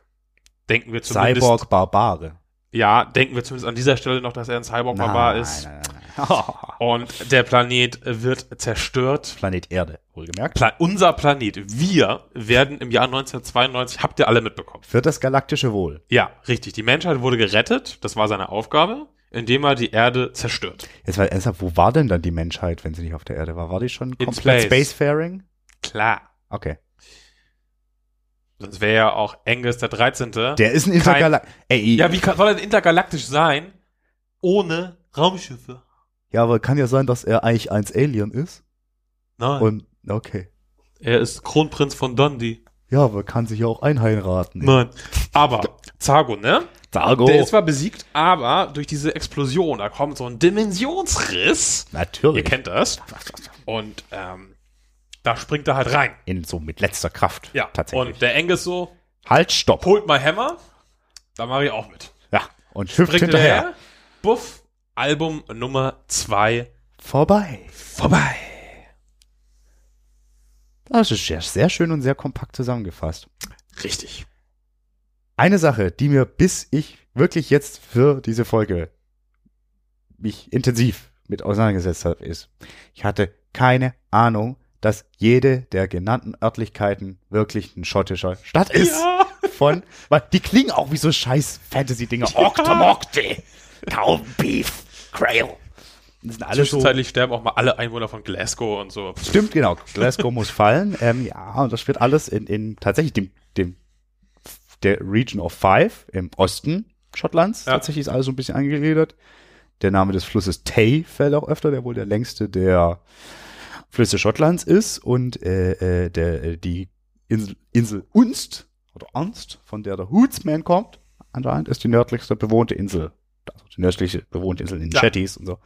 [SPEAKER 2] Denken wir zumindest.
[SPEAKER 3] Cyborg Barbare.
[SPEAKER 2] Ja, denken wir zumindest an dieser Stelle noch, dass er ein Cyborg-Barbar
[SPEAKER 3] Nein,
[SPEAKER 2] ist.
[SPEAKER 3] nein, nein, nein.
[SPEAKER 2] Und der Planet wird zerstört.
[SPEAKER 3] Planet Erde, wohlgemerkt.
[SPEAKER 2] Pla unser Planet, wir werden im Jahr 1992, habt ihr alle mitbekommen.
[SPEAKER 3] Für das galaktische Wohl.
[SPEAKER 2] Ja, richtig. Die Menschheit wurde gerettet, das war seine Aufgabe, indem er die Erde zerstört.
[SPEAKER 3] Jetzt mal ernsthaft, wo war denn dann die Menschheit, wenn sie nicht auf der Erde war? War die schon
[SPEAKER 2] In
[SPEAKER 3] komplett
[SPEAKER 2] space.
[SPEAKER 3] spacefaring?
[SPEAKER 2] Klar.
[SPEAKER 3] Okay.
[SPEAKER 2] Sonst wäre ja auch Angus der 13.
[SPEAKER 3] Der ist ein Intergalakt. Ey,
[SPEAKER 2] ja, wie kann, soll er denn intergalaktisch sein, ohne Raumschiffe?
[SPEAKER 3] ja, aber kann ja sein, dass er eigentlich eins Alien ist.
[SPEAKER 2] Nein.
[SPEAKER 3] Und, okay.
[SPEAKER 2] er ist Kronprinz von Dundee.
[SPEAKER 3] Ja, aber kann sich ja auch einheiraten.
[SPEAKER 2] Nein. Aber, Zago, ne?
[SPEAKER 3] Zargo.
[SPEAKER 2] Der ist zwar besiegt, aber durch diese Explosion, da kommt so ein Dimensionsriss. Ihr
[SPEAKER 3] Natürlich.
[SPEAKER 2] kennt das. Und ähm, da springt er halt rein.
[SPEAKER 3] In so mit letzter Kraft.
[SPEAKER 2] Ja,
[SPEAKER 3] Tatsächlich.
[SPEAKER 2] Und der Angus so,
[SPEAKER 3] halt, stopp.
[SPEAKER 2] holt mal Hammer, da mache ich auch mit.
[SPEAKER 3] Ja. Und hüpft
[SPEAKER 2] Bringt
[SPEAKER 3] hinterher.
[SPEAKER 2] hinterher. Buff, Album Nummer 2
[SPEAKER 3] Vorbei.
[SPEAKER 2] vorbei.
[SPEAKER 3] Das ist sehr, sehr schön und sehr kompakt zusammengefasst.
[SPEAKER 2] Richtig.
[SPEAKER 3] Eine Sache, die mir bis ich wirklich jetzt für diese Folge mich intensiv mit auseinandergesetzt habe, ist, ich hatte keine Ahnung, dass jede der genannten Örtlichkeiten wirklich ein schottischer Stadt ist.
[SPEAKER 2] Ja.
[SPEAKER 3] Von, weil die klingen auch wie so scheiß Fantasy-Dinger.
[SPEAKER 2] Ja.
[SPEAKER 3] Octomocte, Taubenbeef, Crail. Das sind alles so
[SPEAKER 2] Zwischenzeitlich sterben auch mal alle Einwohner von Glasgow und so. Pff,
[SPEAKER 3] Stimmt, genau. Glasgow muss fallen. Ähm, ja, und das wird alles in, in tatsächlich dem, dem der Region of Five im Osten Schottlands.
[SPEAKER 2] Ja.
[SPEAKER 3] Tatsächlich ist alles so ein bisschen angegliedert. Der Name des Flusses Tay fällt auch öfter, der wohl der längste der Flüsse Schottlands ist. Und äh, äh, der, äh, die Insel, Insel Unst oder Unst, von der der Hootsman kommt, anscheinend ist die nördlichste bewohnte Insel. Also die nördlichste bewohnte Insel in den
[SPEAKER 2] Ja.
[SPEAKER 3] Shetties und so.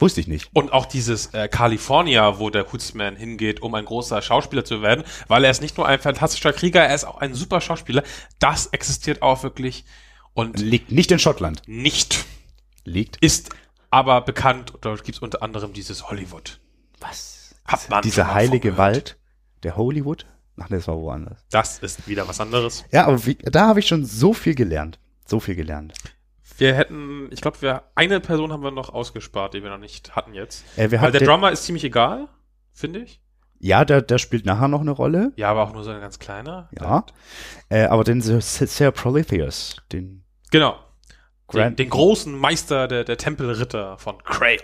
[SPEAKER 3] Wusste ich nicht.
[SPEAKER 2] Und auch dieses äh, California, wo der Hootsman hingeht, um ein großer Schauspieler zu werden, weil er ist nicht nur ein fantastischer Krieger, er ist auch ein super Schauspieler. Das existiert auch wirklich und
[SPEAKER 3] Liegt nicht in Schottland.
[SPEAKER 2] nicht
[SPEAKER 3] Liegt
[SPEAKER 2] ist aber bekannt. Und Dort gibt's unter anderem dieses Hollywood.
[SPEAKER 3] Was?
[SPEAKER 2] Hat man schon
[SPEAKER 3] Dieser
[SPEAKER 2] mal
[SPEAKER 3] heilige
[SPEAKER 2] von gehört.
[SPEAKER 3] Wald, der Hollywood? Ach nee, das war woanders.
[SPEAKER 2] Das ist wieder was anderes.
[SPEAKER 3] Ja, aber wie, da habe ich schon so viel gelernt. So viel gelernt.
[SPEAKER 2] Wir hätten, ich glaube, wir eine Person haben wir noch ausgespart, die wir noch nicht hatten jetzt.
[SPEAKER 3] Äh, wer
[SPEAKER 2] Weil
[SPEAKER 3] hat
[SPEAKER 2] der
[SPEAKER 3] der-
[SPEAKER 2] Drummer ist ziemlich egal, finde ich.
[SPEAKER 3] Ja, der, der spielt nachher noch eine Rolle.
[SPEAKER 2] Ja, aber auch nur so ein ganz kleiner.
[SPEAKER 3] Ja. Äh, aber den Sir, Sir Proletheus, den
[SPEAKER 2] Genau. Den,
[SPEAKER 3] Grand-
[SPEAKER 2] den großen Meister der, der Tempelritter von Crail.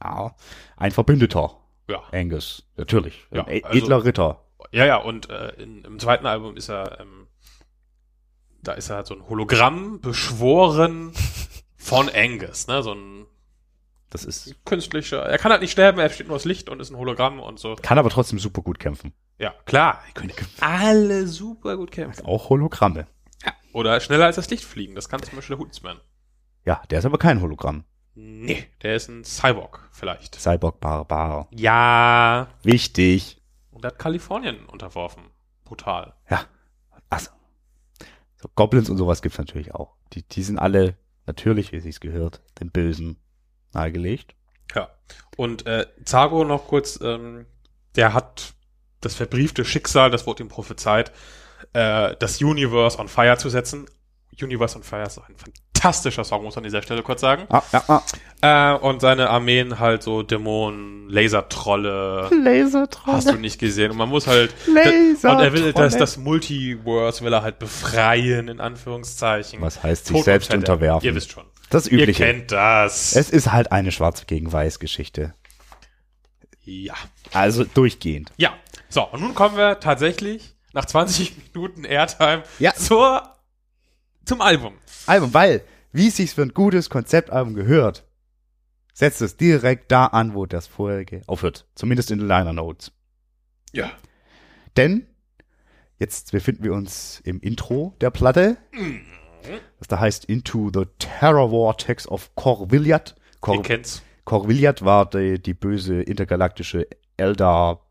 [SPEAKER 3] ah, ein Verbündeter,
[SPEAKER 2] Ja.
[SPEAKER 3] Angus, natürlich.
[SPEAKER 2] Ja,
[SPEAKER 3] ein e-
[SPEAKER 2] also-
[SPEAKER 3] edler Ritter.
[SPEAKER 2] Ja, ja, und äh, in, im zweiten Album ist er, ähm, da ist er halt so ein Hologramm beschworen von Angus, ne? So ein
[SPEAKER 3] Das ist.
[SPEAKER 2] künstlicher. Er kann halt nicht sterben, er steht nur aus Licht und ist ein Hologramm und so.
[SPEAKER 3] Kann aber trotzdem super gut kämpfen.
[SPEAKER 2] Ja, klar, die können alle super gut kämpfen.
[SPEAKER 3] Auch Hologramme.
[SPEAKER 2] Oder schneller als das Licht fliegen. Das kann zum Beispiel der Hootsman.
[SPEAKER 3] Ja, der ist aber kein Hologramm.
[SPEAKER 2] Nee, der ist ein Cyborg vielleicht.
[SPEAKER 3] Cyborg Barbar.
[SPEAKER 2] Ja.
[SPEAKER 3] Wichtig.
[SPEAKER 2] Und hat Kalifornien unterworfen. Brutal.
[SPEAKER 3] Ja. Also. So Goblins und sowas gibt's natürlich auch. Die, die sind alle natürlich, wie sich's gehört, dem Bösen nahegelegt.
[SPEAKER 2] Ja. Und äh, Zago noch kurz, ähm, der hat das verbriefte Schicksal, das wurde ihm prophezeit, äh, das Universe on Fire zu setzen. Universe on Fire ist ein fantastischer Song, muss man an dieser Stelle kurz sagen.
[SPEAKER 3] Ah, ja, ah.
[SPEAKER 2] Äh, und seine Armeen halt so Dämonen, Lasertrolle, hast du
[SPEAKER 3] Lasertrolle.
[SPEAKER 2] nicht gesehen. Und man muss halt.
[SPEAKER 3] Lasertrolle.
[SPEAKER 2] Und er will das, das Multiverse will er halt befreien, in Anführungszeichen.
[SPEAKER 3] Was heißt sich
[SPEAKER 2] Tod
[SPEAKER 3] selbst
[SPEAKER 2] und Verderben.
[SPEAKER 3] unterwerfen?
[SPEAKER 2] Ihr wisst schon.
[SPEAKER 3] Das
[SPEAKER 2] Ihr
[SPEAKER 3] Übliche.
[SPEAKER 2] kennt das.
[SPEAKER 3] Es ist halt eine schwarz gegen weiß Geschichte.
[SPEAKER 2] ja.
[SPEAKER 3] Also durchgehend.
[SPEAKER 2] Ja. So, und nun kommen wir tatsächlich nach 20 Minuten Airtime
[SPEAKER 3] Ja.
[SPEAKER 2] zur, zum Album.
[SPEAKER 3] Album, Also, weil, wie es sich für ein gutes Konzeptalbum gehört, setzt es direkt da an, wo das vorherige aufhört. Zumindest in den Liner Notes.
[SPEAKER 2] Ja.
[SPEAKER 3] Denn jetzt befinden wir uns im Intro der Platte. Das da heißt Into the Terror Vortex of Corvilliat. Cor
[SPEAKER 2] Ihr kennt's.
[SPEAKER 3] Corvilliat war die, die böse intergalaktische Eldar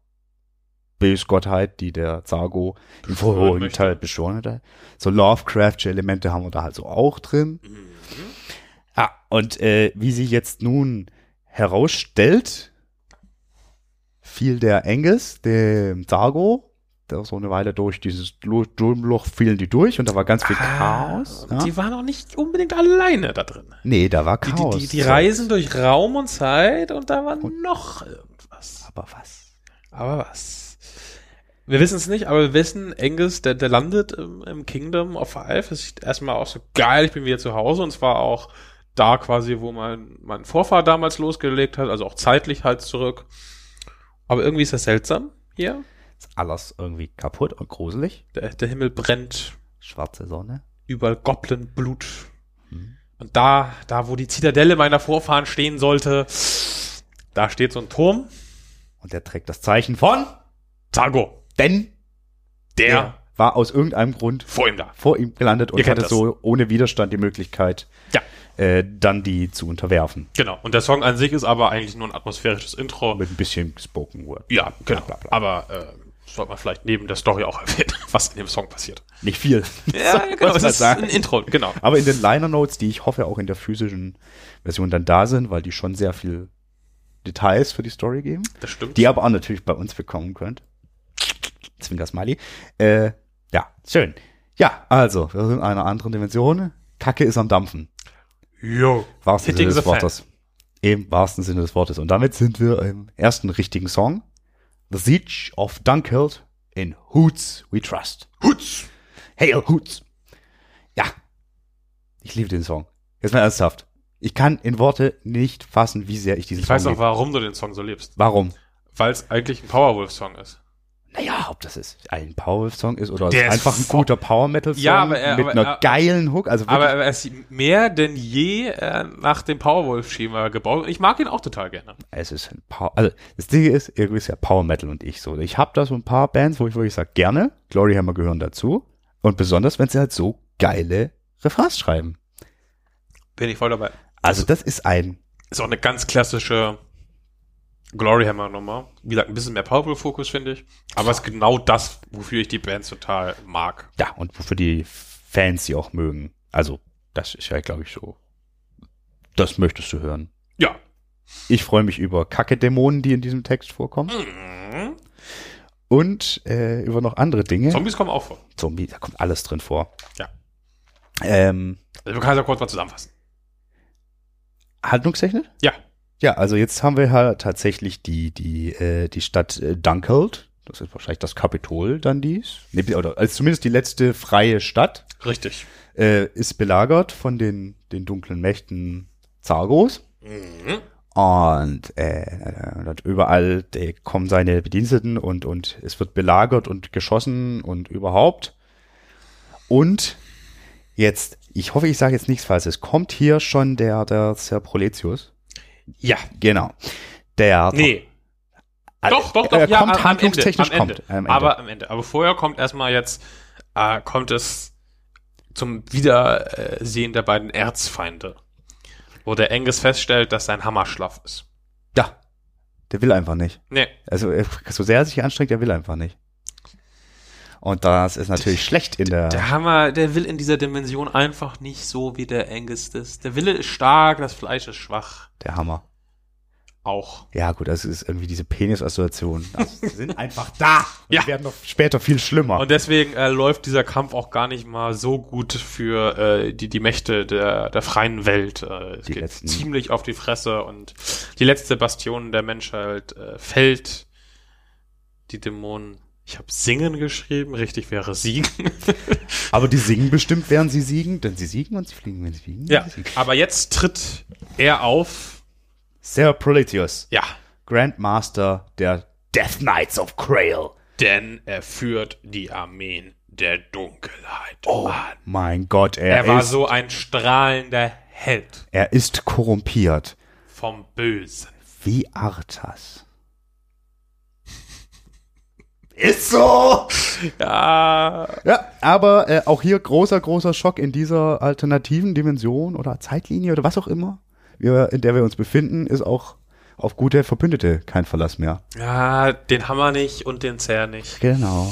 [SPEAKER 3] Bösgottheit, die der Zago im vorherigen
[SPEAKER 2] möchte.
[SPEAKER 3] Teil beschworen hatte. So Lovecraftsche Elemente haben wir da halt so auch drin.
[SPEAKER 2] Mhm.
[SPEAKER 3] Ja, und äh, wie sich jetzt nun herausstellt, fiel der Engels, dem Zago, der so eine Weile durch dieses Lo- Durmloch fielen die durch und da war ganz viel Chaos. ne?
[SPEAKER 2] Und
[SPEAKER 3] Ja?
[SPEAKER 2] Ah, Die waren auch nicht unbedingt alleine da drin.
[SPEAKER 3] Nee, da war
[SPEAKER 2] Die, die,
[SPEAKER 3] Chaos.
[SPEAKER 2] die, die reisen durch Raum und Zeit und da war noch irgendwas.
[SPEAKER 3] Aber was?
[SPEAKER 2] Aber was? Wir wissen es nicht, aber wir wissen, Engels, der, der landet im, im Kingdom of Five. Das sieht erstmal auch so geil, ich bin wieder zu Hause. Und zwar auch da quasi, wo mein, mein Vorfahr damals losgelegt hat, also auch zeitlich halt zurück. Aber irgendwie ist das seltsam hier.
[SPEAKER 3] ist alles irgendwie kaputt und gruselig.
[SPEAKER 2] Der, der Himmel brennt,
[SPEAKER 3] Schwarze Sonne.
[SPEAKER 2] überall Goblin-Blut. Und da, da, wo die Zitadelle meiner Vorfahren stehen sollte, da steht so ein Turm.
[SPEAKER 3] Und der trägt das Zeichen von,
[SPEAKER 2] Tago,
[SPEAKER 3] denn
[SPEAKER 2] der
[SPEAKER 3] er war aus irgendeinem Grund
[SPEAKER 2] vor ihm da.
[SPEAKER 3] vor ihm gelandet und
[SPEAKER 2] Ihr kennt
[SPEAKER 3] hatte
[SPEAKER 2] das.
[SPEAKER 3] so ohne Widerstand die Möglichkeit,
[SPEAKER 2] Ja.
[SPEAKER 3] äh, dann die zu unterwerfen.
[SPEAKER 2] Genau. Und der Song an sich ist aber eigentlich nur ein atmosphärisches Intro.
[SPEAKER 3] Mit ein bisschen Spoken Word.
[SPEAKER 2] Ja, genau.
[SPEAKER 3] Bla, bla, bla.
[SPEAKER 2] Aber äh, sollte man vielleicht neben der Story auch erwähnen, was in dem Song passiert.
[SPEAKER 3] Nicht viel.
[SPEAKER 2] Ja,
[SPEAKER 3] genau,
[SPEAKER 2] Das
[SPEAKER 3] das
[SPEAKER 2] ist
[SPEAKER 3] sagen.
[SPEAKER 2] ein Intro, genau.
[SPEAKER 3] Aber in den Liner Notes, die ich hoffe auch in der physischen Version dann da sind, weil die schon sehr viel Details für die Story geben.
[SPEAKER 2] Das stimmt.
[SPEAKER 3] die ihr aber auch natürlich bei uns bekommen könnt. Zwinker Smiley. Äh, ja, schön. Ja, also, wir sind in einer anderen Dimension. Kacke ist am Dampfen.
[SPEAKER 2] Jo.
[SPEAKER 3] Wahrsten
[SPEAKER 2] Hitting
[SPEAKER 3] Sinne
[SPEAKER 2] the
[SPEAKER 3] des
[SPEAKER 2] fan.
[SPEAKER 3] Wortes. Im wahrsten Sinne des Wortes. Und damit sind wir im ersten richtigen Song. The Siege of Dunkeld in Hoots We Trust.
[SPEAKER 2] Hutz.
[SPEAKER 3] Hail Hoots. Ja, ich liebe den Song. Jetzt mal ernsthaft. Ich kann in Worte nicht fassen, wie sehr ich diesen
[SPEAKER 2] Ich
[SPEAKER 3] Song
[SPEAKER 2] weiß auch,
[SPEAKER 3] liebe.
[SPEAKER 2] warum du den Song so liebst.
[SPEAKER 3] Warum?
[SPEAKER 2] Weil es eigentlich ein Powerwolf-Song ist.
[SPEAKER 3] Naja, ob das ist ein Power-Song ist oder
[SPEAKER 2] Der
[SPEAKER 3] es
[SPEAKER 2] ist
[SPEAKER 3] einfach ein
[SPEAKER 2] voll-
[SPEAKER 3] guter Power-Metal-Song
[SPEAKER 2] Ja, aber er-
[SPEAKER 3] mit
[SPEAKER 2] aber
[SPEAKER 3] einer
[SPEAKER 2] er-
[SPEAKER 3] geilen Hook. Also
[SPEAKER 2] Aber
[SPEAKER 3] wirklich,
[SPEAKER 2] er ist mehr denn je äh, nach dem Powerwolf-Schema gebaut. Und ich mag ihn auch total gerne.
[SPEAKER 3] es ist ein Power. Also das Ding ist, irgendwie ist ja Power-Metal und ich so. Ich habe da so ein paar Bands, wo ich wirklich sage, gerne. Gloryhammer gehören dazu. Und besonders, wenn sie halt so geile Refrains schreiben.
[SPEAKER 2] Bin ich voll dabei.
[SPEAKER 3] Also das ist ein
[SPEAKER 2] Ist auch eine ganz klassische Gloryhammer-Nummer. Wie gesagt, ein bisschen mehr Powerwolf-Fokus, finde ich. Aber es ist genau das, wofür ich die Bands total mag.
[SPEAKER 3] ja, und wofür die Fans sie auch mögen. Also, das ist ja, glaube ich, so. Das möchtest du hören.
[SPEAKER 2] Ja.
[SPEAKER 3] Ich freue mich über Kacke-Dämonen, die in diesem Text vorkommen.
[SPEAKER 2] Mhm.
[SPEAKER 3] Und äh, über noch andere Dinge.
[SPEAKER 2] Zombies kommen auch vor.
[SPEAKER 3] Zombie, da kommt alles drin vor.
[SPEAKER 2] Ja.
[SPEAKER 3] Ähm,
[SPEAKER 2] Also wir können es ja kurz mal zusammenfassen.
[SPEAKER 3] handlungstechnisch?
[SPEAKER 2] Ja.
[SPEAKER 3] Ja, also jetzt haben wir halt tatsächlich die, die, äh, die Stadt äh, Dunkeld. Das ist wahrscheinlich das Kapitol dann dies. Nee, oder als zumindest die letzte freie Stadt
[SPEAKER 2] Richtig.
[SPEAKER 3] äh, ist belagert von den, den dunklen Mächten Zargos. Mhm. Und äh, dort überall äh, kommen seine Bediensteten und, und es wird belagert und geschossen und überhaupt. Und jetzt, ich hoffe, ich sage jetzt nichts Falsches. Kommt hier schon der, der Serproletius?
[SPEAKER 2] Ja.
[SPEAKER 3] Genau. Der.
[SPEAKER 2] Nee.
[SPEAKER 3] Also,
[SPEAKER 2] doch, doch, doch.
[SPEAKER 3] Er
[SPEAKER 2] ja,
[SPEAKER 3] kommt
[SPEAKER 2] am- am
[SPEAKER 3] handlungstechnisch
[SPEAKER 2] Ende, am Ende.
[SPEAKER 3] kommt. äh, am Ende.
[SPEAKER 2] Aber am Ende. Aber vorher kommt erstmal jetzt, äh, kommt es zum Wiedersehen der beiden Erzfeinde. Wo der Angus feststellt, dass sein Hammer schlaff ist.
[SPEAKER 3] ja, der will einfach nicht.
[SPEAKER 2] Nee.
[SPEAKER 3] Also, er- so sehr er sich anstrengt, er will einfach nicht. Und das ist natürlich schlecht in der.
[SPEAKER 2] Der Hammer, der will in dieser Dimension einfach nicht so, wie der Angus ist. Der Wille ist stark, das Fleisch ist schwach.
[SPEAKER 3] Der Hammer.
[SPEAKER 2] Auch.
[SPEAKER 3] Ja, gut, das ist irgendwie diese Penis-Assoziationen. Also, die sind einfach da. Und ja. Die werden noch später viel schlimmer.
[SPEAKER 2] Und deswegen äh, läuft dieser Kampf auch gar nicht mal so gut für äh, die, die Mächte der, der freien Welt. Äh, es
[SPEAKER 3] Die
[SPEAKER 2] geht
[SPEAKER 3] letzten-
[SPEAKER 2] ziemlich auf die Fresse und die letzte Bastion der Menschheit äh, fällt. Die Dämonen. Ich habe singen geschrieben, richtig wäre siegen.
[SPEAKER 3] Aber die singen bestimmt, während sie siegen, denn sie siegen und sie fliegen, wenn sie fliegen.
[SPEAKER 2] ja,
[SPEAKER 3] wenn sie siegen.
[SPEAKER 2] aber jetzt tritt er auf.
[SPEAKER 3] Ser Proletius,
[SPEAKER 2] Ja,
[SPEAKER 3] Grandmaster der Death Knights of Krail.
[SPEAKER 2] denn er führt die Armeen der Dunkelheit an.
[SPEAKER 3] Mein Gott, Oh, er,
[SPEAKER 2] Er war
[SPEAKER 3] ist,
[SPEAKER 2] so ein strahlender Held
[SPEAKER 3] er ist korrumpiert.
[SPEAKER 2] vom Bösen.
[SPEAKER 3] Wie Arthas. Ist so!
[SPEAKER 2] Ja,
[SPEAKER 3] Ja, aber äh, auch hier großer, großer Schock in dieser alternativen Dimension oder Zeitlinie oder was auch immer, wir, in der wir uns befinden, ist auch auf gute Verbündete kein Verlass mehr.
[SPEAKER 2] ja, den Hammer nicht und den Zähr nicht.
[SPEAKER 3] Genau.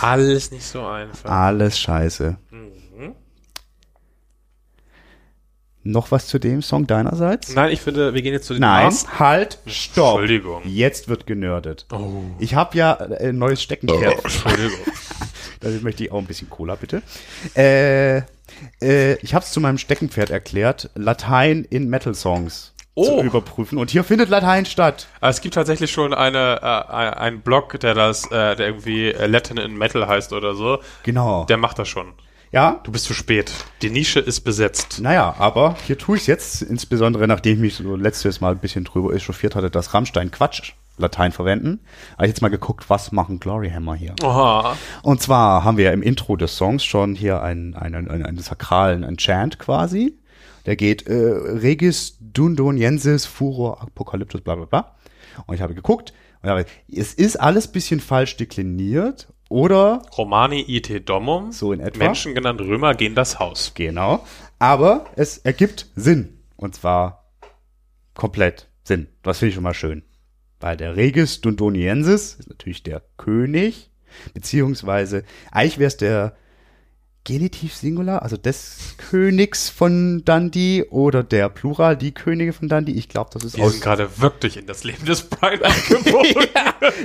[SPEAKER 2] Alles nicht so einfach.
[SPEAKER 3] Alles scheiße. Mhm. Noch was zu dem Song deinerseits?
[SPEAKER 2] Nein, ich finde, wir gehen jetzt zu den
[SPEAKER 3] Nein,
[SPEAKER 2] Mars.
[SPEAKER 3] halt, stopp. Oh.
[SPEAKER 2] Entschuldigung.
[SPEAKER 3] Jetzt wird genördet. Ich habe ja äh, ein neues Steckenpferd.
[SPEAKER 2] Oh. Entschuldigung.
[SPEAKER 3] Damit möchte ich auch ein bisschen Cola, bitte. Äh, äh, ich habe es zu meinem Steckenpferd erklärt, Latein in Metal-Songs
[SPEAKER 2] Oh.
[SPEAKER 3] zu überprüfen. Und hier findet Latein statt.
[SPEAKER 2] Aber es gibt tatsächlich schon eine, äh, einen Blog, der das, äh, der irgendwie äh, Latin in Metal heißt oder so.
[SPEAKER 3] Genau.
[SPEAKER 2] Der macht das schon.
[SPEAKER 3] ja?
[SPEAKER 2] Du bist zu spät. Die Nische ist besetzt.
[SPEAKER 3] Naja, aber hier tue ich es jetzt, insbesondere nachdem ich mich so letztes Mal ein bisschen drüber echauffiert hatte, dass Rammstein Quatsch Latein verwenden. Habe ich jetzt mal geguckt, was machen Gloryhammer hier.
[SPEAKER 2] Oha.
[SPEAKER 3] Und zwar haben wir ja im Intro des Songs schon hier einen, einen, einen, einen sakralen einen Chant quasi. Der geht äh, Regis Dundoniensis Furor Apokalyptus bla bla bla. Und ich habe geguckt und habe, es ist alles bisschen falsch dekliniert oder
[SPEAKER 2] Romani ite domum.
[SPEAKER 3] So in etwa.
[SPEAKER 2] Menschen genannt Römer gehen das Haus.
[SPEAKER 3] genau, aber es ergibt Sinn und zwar komplett Sinn. Das finde ich schon mal schön. Weil der Regis Dundoniensis ist natürlich der König, beziehungsweise eigentlich wäre es der Genitiv Singular, also des Königs von Dundee oder der Plural, die Könige von Dundee. Ich glaube, das ist
[SPEAKER 2] Wir sind gerade wirklich in das Leben des Brian eingebogen.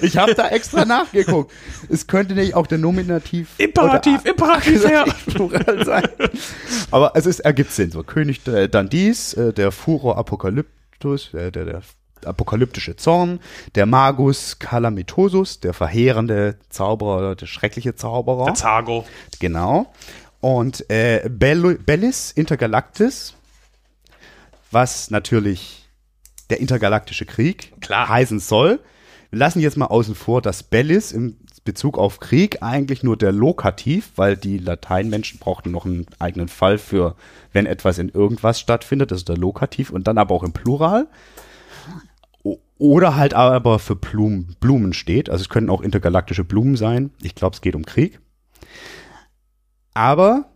[SPEAKER 3] Ich habe da extra nachgeguckt. Es könnte nicht auch der Nominativ.
[SPEAKER 2] Imperativ,
[SPEAKER 3] oder
[SPEAKER 2] Imperativ,
[SPEAKER 3] Akkusativ,
[SPEAKER 2] ja.
[SPEAKER 3] Plural sein. Aber es ist, ergibt Sinn. So, König äh, Dandies, äh, der Furor Apokalyptus, äh, der, der apokalyptische Zorn, der Magus Calamitosus, der verheerende Zauberer, oder der schreckliche Zauberer.
[SPEAKER 2] Der Zago.
[SPEAKER 3] Genau. Und äh, Bello- Bellis Intergalactis, was natürlich der intergalaktische Krieg
[SPEAKER 2] Klar.
[SPEAKER 3] heißen soll. Wir lassen jetzt mal außen vor, dass Bellis im Bezug auf Krieg eigentlich nur der Lokativ, weil die Lateinmenschen brauchten noch einen eigenen Fall für, wenn etwas in irgendwas stattfindet, das ist der Lokativ und dann aber auch im Plural. O- Oder halt aber für Blumen, Blumen steht. Also es können auch intergalaktische Blumen sein. Ich glaube, es geht um Krieg. Aber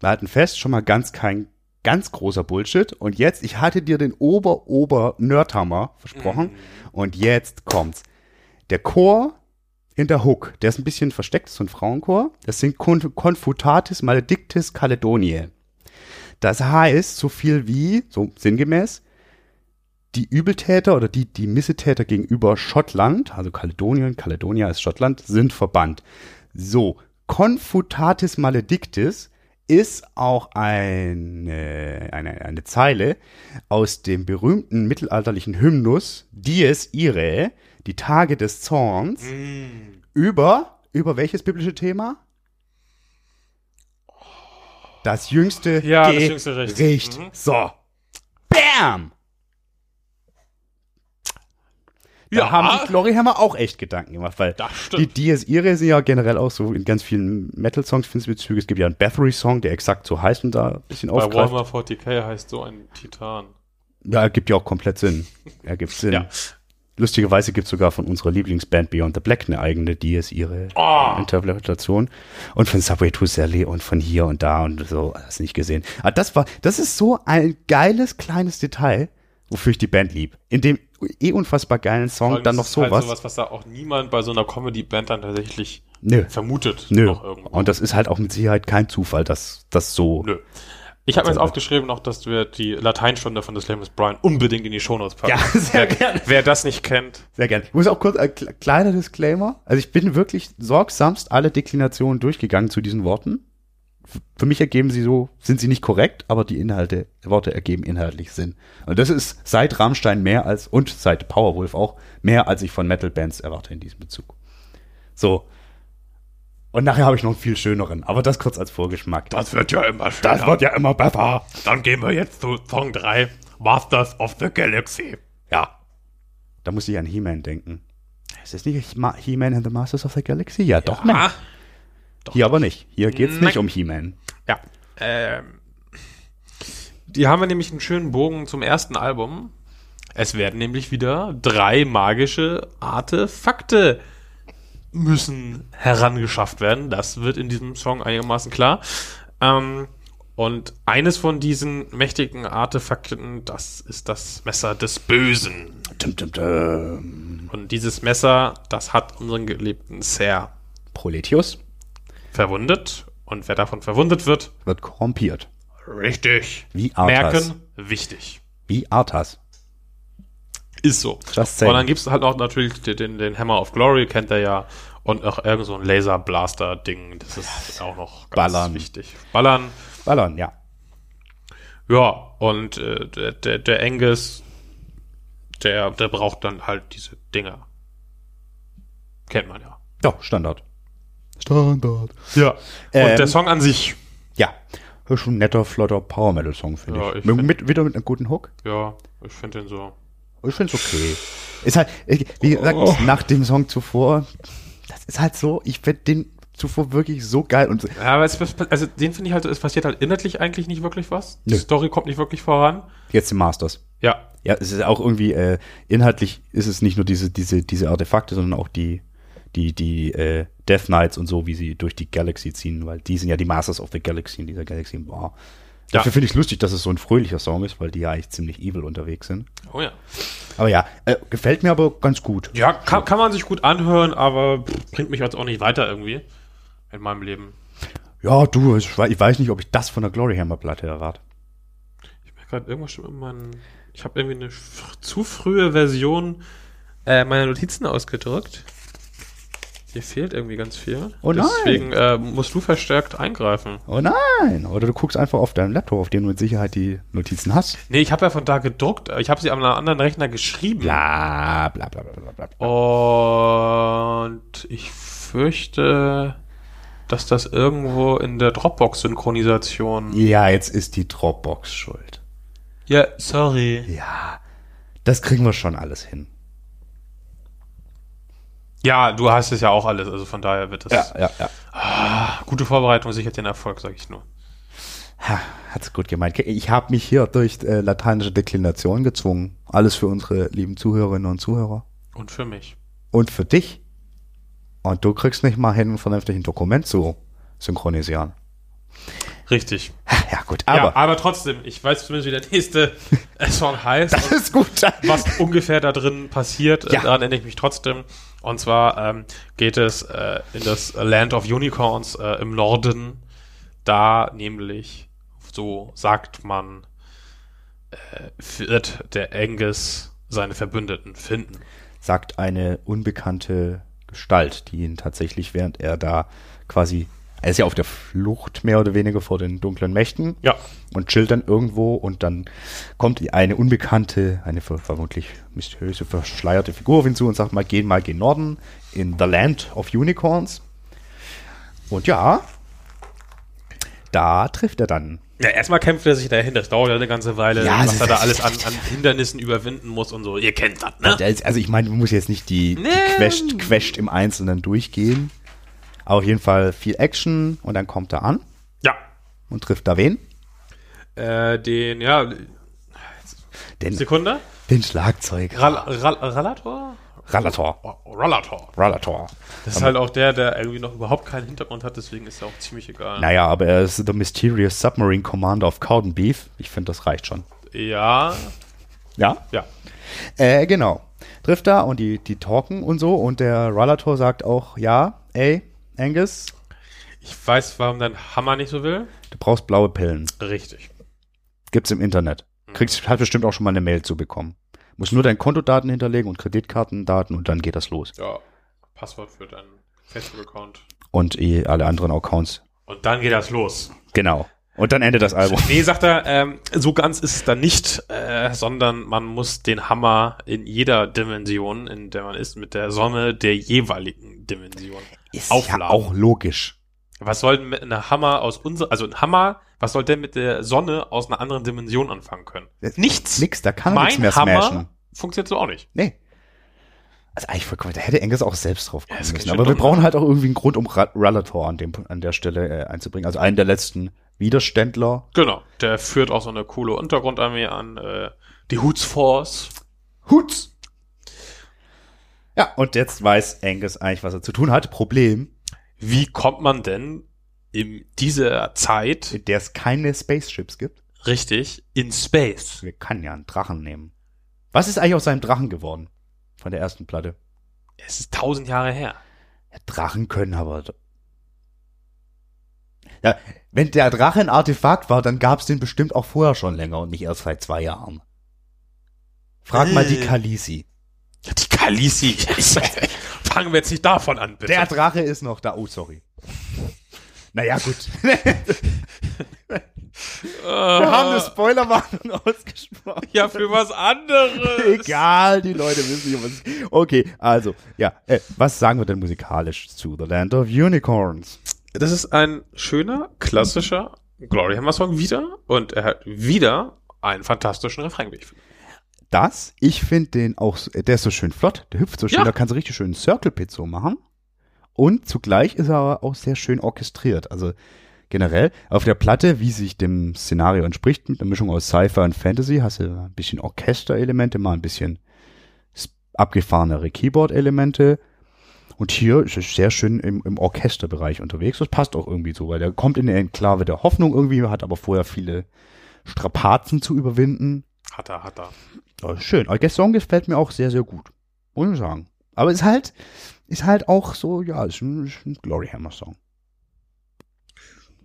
[SPEAKER 3] wir halten fest, schon mal ganz kein ganz großer Bullshit. Und jetzt, ich hatte dir den Ober-Ober-Nerdhammer versprochen. Und jetzt kommt's. Der Chor in der Hook, der ist ein bisschen versteckt, ist so ein Frauenchor. Das sind Con Confutatis Maledictis Caledoniae. Das heißt, so viel wie, so sinngemäß, die Übeltäter oder die, die Missetäter gegenüber Schottland, also Kaledonien, Kaledonia ist Schottland, sind verbannt. So, Confutatis Maledictis ist auch eine, eine, eine Zeile aus dem berühmten mittelalterlichen Hymnus Dies Irae, die Tage des Zorns, über, über welches biblische Thema? Das jüngste
[SPEAKER 2] Ja, das
[SPEAKER 3] Ge-
[SPEAKER 2] jüngste Recht. Mhm.
[SPEAKER 3] So. Bam! Da
[SPEAKER 2] Ja.
[SPEAKER 3] haben sich Gloryhammer auch echt Gedanken gemacht, weil
[SPEAKER 2] Das stimmt.
[SPEAKER 3] die Dies Irae sind ja generell auch so in ganz vielen Metal-Songs findest du Bezüge. Es gibt ja einen Bathory-Song, der exakt so heißt und da ein bisschen
[SPEAKER 2] Bei
[SPEAKER 3] aufgreift.
[SPEAKER 2] Warhammer 40k heißt so ein Titan.
[SPEAKER 3] Ja, ergibt ja auch komplett Sinn. Ergibt Sinn.
[SPEAKER 2] Ja.
[SPEAKER 3] Lustigerweise gibt es sogar von unserer Lieblingsband Beyond the Black eine eigene Dies Irae
[SPEAKER 2] Oh,
[SPEAKER 3] Interpretation und von Subway to Sally und von hier und da und so, hast nicht gesehen. Aber das war, das ist so ein geiles kleines Detail, wofür ich die Band lieb. In dem eh unfassbar geilen Song dann noch
[SPEAKER 2] Vor allem
[SPEAKER 3] sowas.
[SPEAKER 2] ist es Halt sowas, was da auch niemand bei so einer Comedy-Band dann tatsächlich
[SPEAKER 3] Nö.
[SPEAKER 2] vermutet
[SPEAKER 3] Nö.
[SPEAKER 2] noch irgendwo.
[SPEAKER 3] Und das ist halt auch mit Sicherheit kein Zufall, dass das so.
[SPEAKER 2] Nö. Ich habe mir jetzt
[SPEAKER 3] Also-
[SPEAKER 2] aufgeschrieben noch, dass wir die Lateinstunde von The Slam is Brian unbedingt in die Shownotes packen.
[SPEAKER 3] Ja, sehr gerne.
[SPEAKER 2] Wer das nicht kennt,
[SPEAKER 3] Sehr gerne. Ich muss auch kurz ein kle- kleiner Disclaimer. Also ich bin wirklich sorgsamst alle Deklinationen durchgegangen zu diesen Worten. F- Für mich ergeben sie so, sind sie nicht korrekt, aber die Inhalte, Worte ergeben inhaltlich Sinn. Und das ist seit Rammstein mehr als, und seit Powerwolf auch, mehr als ich von Metal-Bands erwarte in diesem Bezug. So. Und nachher habe ich noch einen viel schöneren, aber das kurz als Vorgeschmack.
[SPEAKER 2] das wird ja immer schöner.
[SPEAKER 3] Das wird ja immer besser.
[SPEAKER 2] Dann gehen wir jetzt zu Song 3, Masters of the Galaxy.
[SPEAKER 3] Ja. Da muss ich an He-Man denken. Ist das nicht Ma- He-Man and the Masters of the Galaxy? Ja, doch, Mensch.
[SPEAKER 2] Ah,
[SPEAKER 3] Hier aber nicht. Hier geht's
[SPEAKER 2] Nein.
[SPEAKER 3] nicht um He-Man.
[SPEAKER 2] ja. Ähm, die haben wir nämlich einen schönen Bogen zum ersten Album. Es werden nämlich wieder drei magische Artefakte müssen herangeschafft werden. Das wird in diesem Song einigermaßen klar. Ähm, und eines von diesen mächtigen Artefakten, das ist das Messer des Bösen.
[SPEAKER 3] Dum, dum, dum.
[SPEAKER 2] Und dieses Messer, das hat unseren geliebten Ser
[SPEAKER 3] Proletius
[SPEAKER 2] verwundet. Und wer davon verwundet wird,
[SPEAKER 3] wird korrumpiert.
[SPEAKER 2] richtig.
[SPEAKER 3] Wie Arthas.
[SPEAKER 2] Merken, wichtig.
[SPEAKER 3] Wie Arthas.
[SPEAKER 2] Ist so.
[SPEAKER 3] Just
[SPEAKER 2] Und
[SPEAKER 3] saying.
[SPEAKER 2] dann gibt's halt noch natürlich den- den, den Hammer of Glory, kennt er ja. Und auch irgend so ein Laserblaster-Ding. Das ist auch noch ganz
[SPEAKER 3] Ballern.
[SPEAKER 2] wichtig. Ballern.
[SPEAKER 3] Ballern, ja.
[SPEAKER 2] Ja, und äh, der, der, der Angus, der, der braucht dann halt diese Dinger. Kennt man ja.
[SPEAKER 3] Ja, Standard. Standard.
[SPEAKER 2] Ja. Und
[SPEAKER 3] Ähm.
[SPEAKER 2] der Song an sich.
[SPEAKER 3] Ja. Das ist schon ein netter, flotter Power-Metal-Song, finde
[SPEAKER 2] Ja,
[SPEAKER 3] ich.
[SPEAKER 2] ich
[SPEAKER 3] mit,
[SPEAKER 2] find-
[SPEAKER 3] mit, wieder mit einem guten Hook.
[SPEAKER 2] Ja, ich finde den so.
[SPEAKER 3] Ich finde es okay. Ist halt, äh, wie gesagt,
[SPEAKER 2] Oh.
[SPEAKER 3] nach dem Song zuvor, das ist halt so, ich finde den zuvor wirklich so geil und so,
[SPEAKER 2] Ja, aber es, also den finde ich halt, so, es passiert halt inhaltlich eigentlich nicht wirklich was. Die
[SPEAKER 3] Nö.
[SPEAKER 2] Story kommt nicht wirklich voran.
[SPEAKER 3] jetzt die Masters.
[SPEAKER 2] Ja,
[SPEAKER 3] Ja, es ist auch irgendwie, äh, inhaltlich ist es nicht nur diese, diese, diese Artefakte, sondern auch die, die, die äh, Death Knights und so, wie sie durch die Galaxy ziehen, weil die sind ja die Masters of the Galaxy in dieser Galaxy Bar.
[SPEAKER 2] Ja.
[SPEAKER 3] Dafür finde ich lustig, dass es so ein fröhlicher Song ist, weil die ja eigentlich ziemlich evil unterwegs sind.
[SPEAKER 2] oh ja.
[SPEAKER 3] Aber ja, äh, gefällt mir aber ganz gut.
[SPEAKER 2] Ja, kann, kann man sich gut anhören, aber pff, bringt mich jetzt auch nicht weiter irgendwie in meinem Leben.
[SPEAKER 3] Ja, du, ich wei- ich weiß nicht, ob ich das von der Gloryhammer-Platte erwarte.
[SPEAKER 2] Ich merke gerade, irgendwas stimmt mit meinen. Ich habe irgendwie eine f- zu frühe Version äh, meiner Notizen ausgedrückt. Hier fehlt irgendwie ganz viel.
[SPEAKER 3] Oh nein.
[SPEAKER 2] Deswegen äh, musst du verstärkt eingreifen.
[SPEAKER 3] Oh nein! Oder du guckst einfach auf deinem Laptop, auf dem du mit Sicherheit die Notizen hast.
[SPEAKER 2] Nee, ich habe ja von da gedruckt. äh, Ich habe sie am anderen Rechner geschrieben.
[SPEAKER 3] Bla, bla, bla, bla, bla, bla.
[SPEAKER 2] Oh. Und ich fürchte, dass das irgendwo in der Dropbox-Synchronisation.
[SPEAKER 3] Ja, jetzt ist die Dropbox schuld.
[SPEAKER 2] Ja, sorry.
[SPEAKER 3] Ja, das kriegen wir schon alles hin.
[SPEAKER 2] Ja, du hast es ja auch alles, also von daher wird das
[SPEAKER 3] ja, ja.
[SPEAKER 2] gute Vorbereitung sichert den Erfolg, sag ich nur.
[SPEAKER 3] Ha, hat's gut gemeint. Ich habe mich hier durch äh, lateinische Deklination gezwungen. Alles für unsere lieben Zuhörerinnen und Zuhörer.
[SPEAKER 2] Und für mich.
[SPEAKER 3] Und für dich. Und du kriegst nicht mal hin, ein vernünftiges Dokument zu synchronisieren.
[SPEAKER 2] Richtig.
[SPEAKER 3] Ha, Ja, gut,
[SPEAKER 2] ja,
[SPEAKER 3] aber
[SPEAKER 2] aber trotzdem, ich weiß zumindest, wie der nächste Song heißt.
[SPEAKER 3] das ist gut.
[SPEAKER 2] was ungefähr da drin passiert.
[SPEAKER 3] Ja.
[SPEAKER 2] Daran erinnere ich mich trotzdem. Und zwar ähm, geht es äh, in das Land of Unicorns äh, im Norden. Da nämlich, so sagt man, äh, wird der Angus seine Verbündeten finden.
[SPEAKER 3] Sagt eine unbekannte Gestalt, die ihn tatsächlich, während er da quasi, er ist ja auf der Flucht mehr oder weniger vor den dunklen Mächten.
[SPEAKER 2] Ja.
[SPEAKER 3] und chillt dann irgendwo und dann kommt eine unbekannte, eine ver- vermutlich mysteriöse, verschleierte Figur auf ihn zu und sagt mal, gehen mal gen Norden in the land of unicorns. Und ja, da trifft er dann.
[SPEAKER 2] Ja, erstmal kämpft er sich dahin, das dauert ja eine ganze Weile,
[SPEAKER 3] Ja,
[SPEAKER 2] was
[SPEAKER 3] das
[SPEAKER 2] er da
[SPEAKER 3] ist-
[SPEAKER 2] alles an, an Hindernissen überwinden muss und so. Ihr kennt das, ne?
[SPEAKER 3] Und als- Also ich meine, man muss jetzt nicht die, die
[SPEAKER 2] Nee.
[SPEAKER 3] Quest, Quest im Einzelnen durchgehen. Aber auf jeden Fall viel Action und dann kommt er an
[SPEAKER 2] Ja.
[SPEAKER 3] und trifft da wen?
[SPEAKER 2] Äh, den, ja,
[SPEAKER 3] Den,
[SPEAKER 2] Sekunde.
[SPEAKER 3] den Schlagzeug.
[SPEAKER 2] Ral, Ral, Ralator?
[SPEAKER 3] Rallator.
[SPEAKER 2] Ralator.
[SPEAKER 3] Rallator.
[SPEAKER 2] Oh, Das ist halt auch der, der irgendwie noch überhaupt keinen Hintergrund hat, deswegen ist er auch ziemlich egal.
[SPEAKER 3] Naja, aber er ist der Mysterious Submarine Commander of Cowden Beef. Ich finde, das reicht schon.
[SPEAKER 2] Ja,
[SPEAKER 3] Ja?
[SPEAKER 2] ja.
[SPEAKER 3] Äh, genau. Trifft da und die, die talken und so und der Rallator sagt auch, ja, ey, Angus?
[SPEAKER 2] Ich weiß, warum dein Hammer nicht so will.
[SPEAKER 3] Du brauchst blaue Pillen.
[SPEAKER 2] Richtig.
[SPEAKER 3] Gibt's im Internet. Kriegst, hat bestimmt auch schon mal eine Mail zu bekommen. Musst nur deine Kontodaten hinterlegen und Kreditkartendaten und dann geht das los.
[SPEAKER 2] Ja. Passwort für deinen Facebook-Account.
[SPEAKER 3] Und eh alle anderen Accounts.
[SPEAKER 2] Und dann geht das los.
[SPEAKER 3] Genau. Und dann endet das Album.
[SPEAKER 2] Nee, sagt er, ähm, so ganz ist es dann nicht, äh, sondern man muss den Hammer in jeder Dimension, in der man ist, mit der Sonne der jeweiligen Dimension.
[SPEAKER 3] Ist
[SPEAKER 2] Aufladen.
[SPEAKER 3] ja auch logisch.
[SPEAKER 2] Was soll denn mit einer Hammer aus unserer, also ein Hammer, was soll denn mit der Sonne aus einer anderen Dimension anfangen können? Nichts.
[SPEAKER 3] Ah, Nix, da kann man nichts
[SPEAKER 2] Mein
[SPEAKER 3] mehr
[SPEAKER 2] Hammer
[SPEAKER 3] smashen.
[SPEAKER 2] funktioniert so auch nicht.
[SPEAKER 3] Nee. Also eigentlich vollkommen, da hätte Angus auch selbst drauf kommen
[SPEAKER 2] ist ganz
[SPEAKER 3] müssen.
[SPEAKER 2] schön
[SPEAKER 3] Aber wir
[SPEAKER 2] dumm,
[SPEAKER 3] brauchen halt auch irgendwie einen Grund, um Ra- Ralator an, dem, an der Stelle äh, einzubringen. Also einen der letzten Widerständler.
[SPEAKER 2] Genau. Der führt auch so eine coole Untergrundarmee an, äh, die Hoots Force.
[SPEAKER 3] Huts! Ja, und jetzt weiß Angus eigentlich, was er zu tun hat. Problem,
[SPEAKER 2] Wie kommt man denn in dieser Zeit
[SPEAKER 3] in der es keine Spaceships gibt.
[SPEAKER 2] richtig in Space?
[SPEAKER 3] Wir können ja einen Drachen nehmen. Was ist eigentlich aus seinem Drachen geworden? Von der ersten Platte.
[SPEAKER 2] Es ist tausend Jahre her.
[SPEAKER 3] Ja, Drachen können aber. Ja, wenn der Drache ein Artefakt war, dann gab's den bestimmt auch vorher schon länger und nicht erst seit zwei Jahren. Frag mal die
[SPEAKER 2] Äh.
[SPEAKER 3] Kalisi.
[SPEAKER 2] Die Kalisi. Fangen wir jetzt nicht davon an, bitte.
[SPEAKER 3] Der Drache ist noch da. Oh, sorry. Naja, gut. Wir haben eine
[SPEAKER 2] äh,
[SPEAKER 3] Spoilerwarnung ausgesprochen.
[SPEAKER 2] ja, für was anderes.
[SPEAKER 3] Egal, die Leute wissen nicht, was es Okay, also, ja. Äh, was sagen wir denn musikalisch zu The Land of Unicorns?
[SPEAKER 2] Das ist ein schöner, klassischer Gloryhammer-Song wieder. Und er hat wieder einen fantastischen Refrain, wie ich finde.
[SPEAKER 3] das. Ich finde den auch, so- der ist so schön flott, der hüpft so schön,
[SPEAKER 2] Ja.
[SPEAKER 3] da kannst du richtig schön Circle Pit so machen. Und zugleich ist er aber auch sehr schön orchestriert. Also generell auf der Platte, wie sich dem Szenario entspricht, mit einer Mischung aus Sci-Fi und Fantasy, hast du ein bisschen Orchesterelemente, mal ein bisschen s- abgefahrenere Keyboard-Elemente. Und hier ist es sehr schön im, im Orchesterbereich unterwegs. Das passt auch irgendwie so, weil der kommt in eine Enklave der Hoffnung irgendwie, hat aber vorher viele Strapazen zu überwinden.
[SPEAKER 2] Hat er, hat er.
[SPEAKER 3] Ja, ist schön. Aber der Song gefällt mir auch sehr, sehr gut. Muss ich sagen. Aber ist halt, ist halt auch so, ja, ist ein, ist ein Gloryhammer-Song.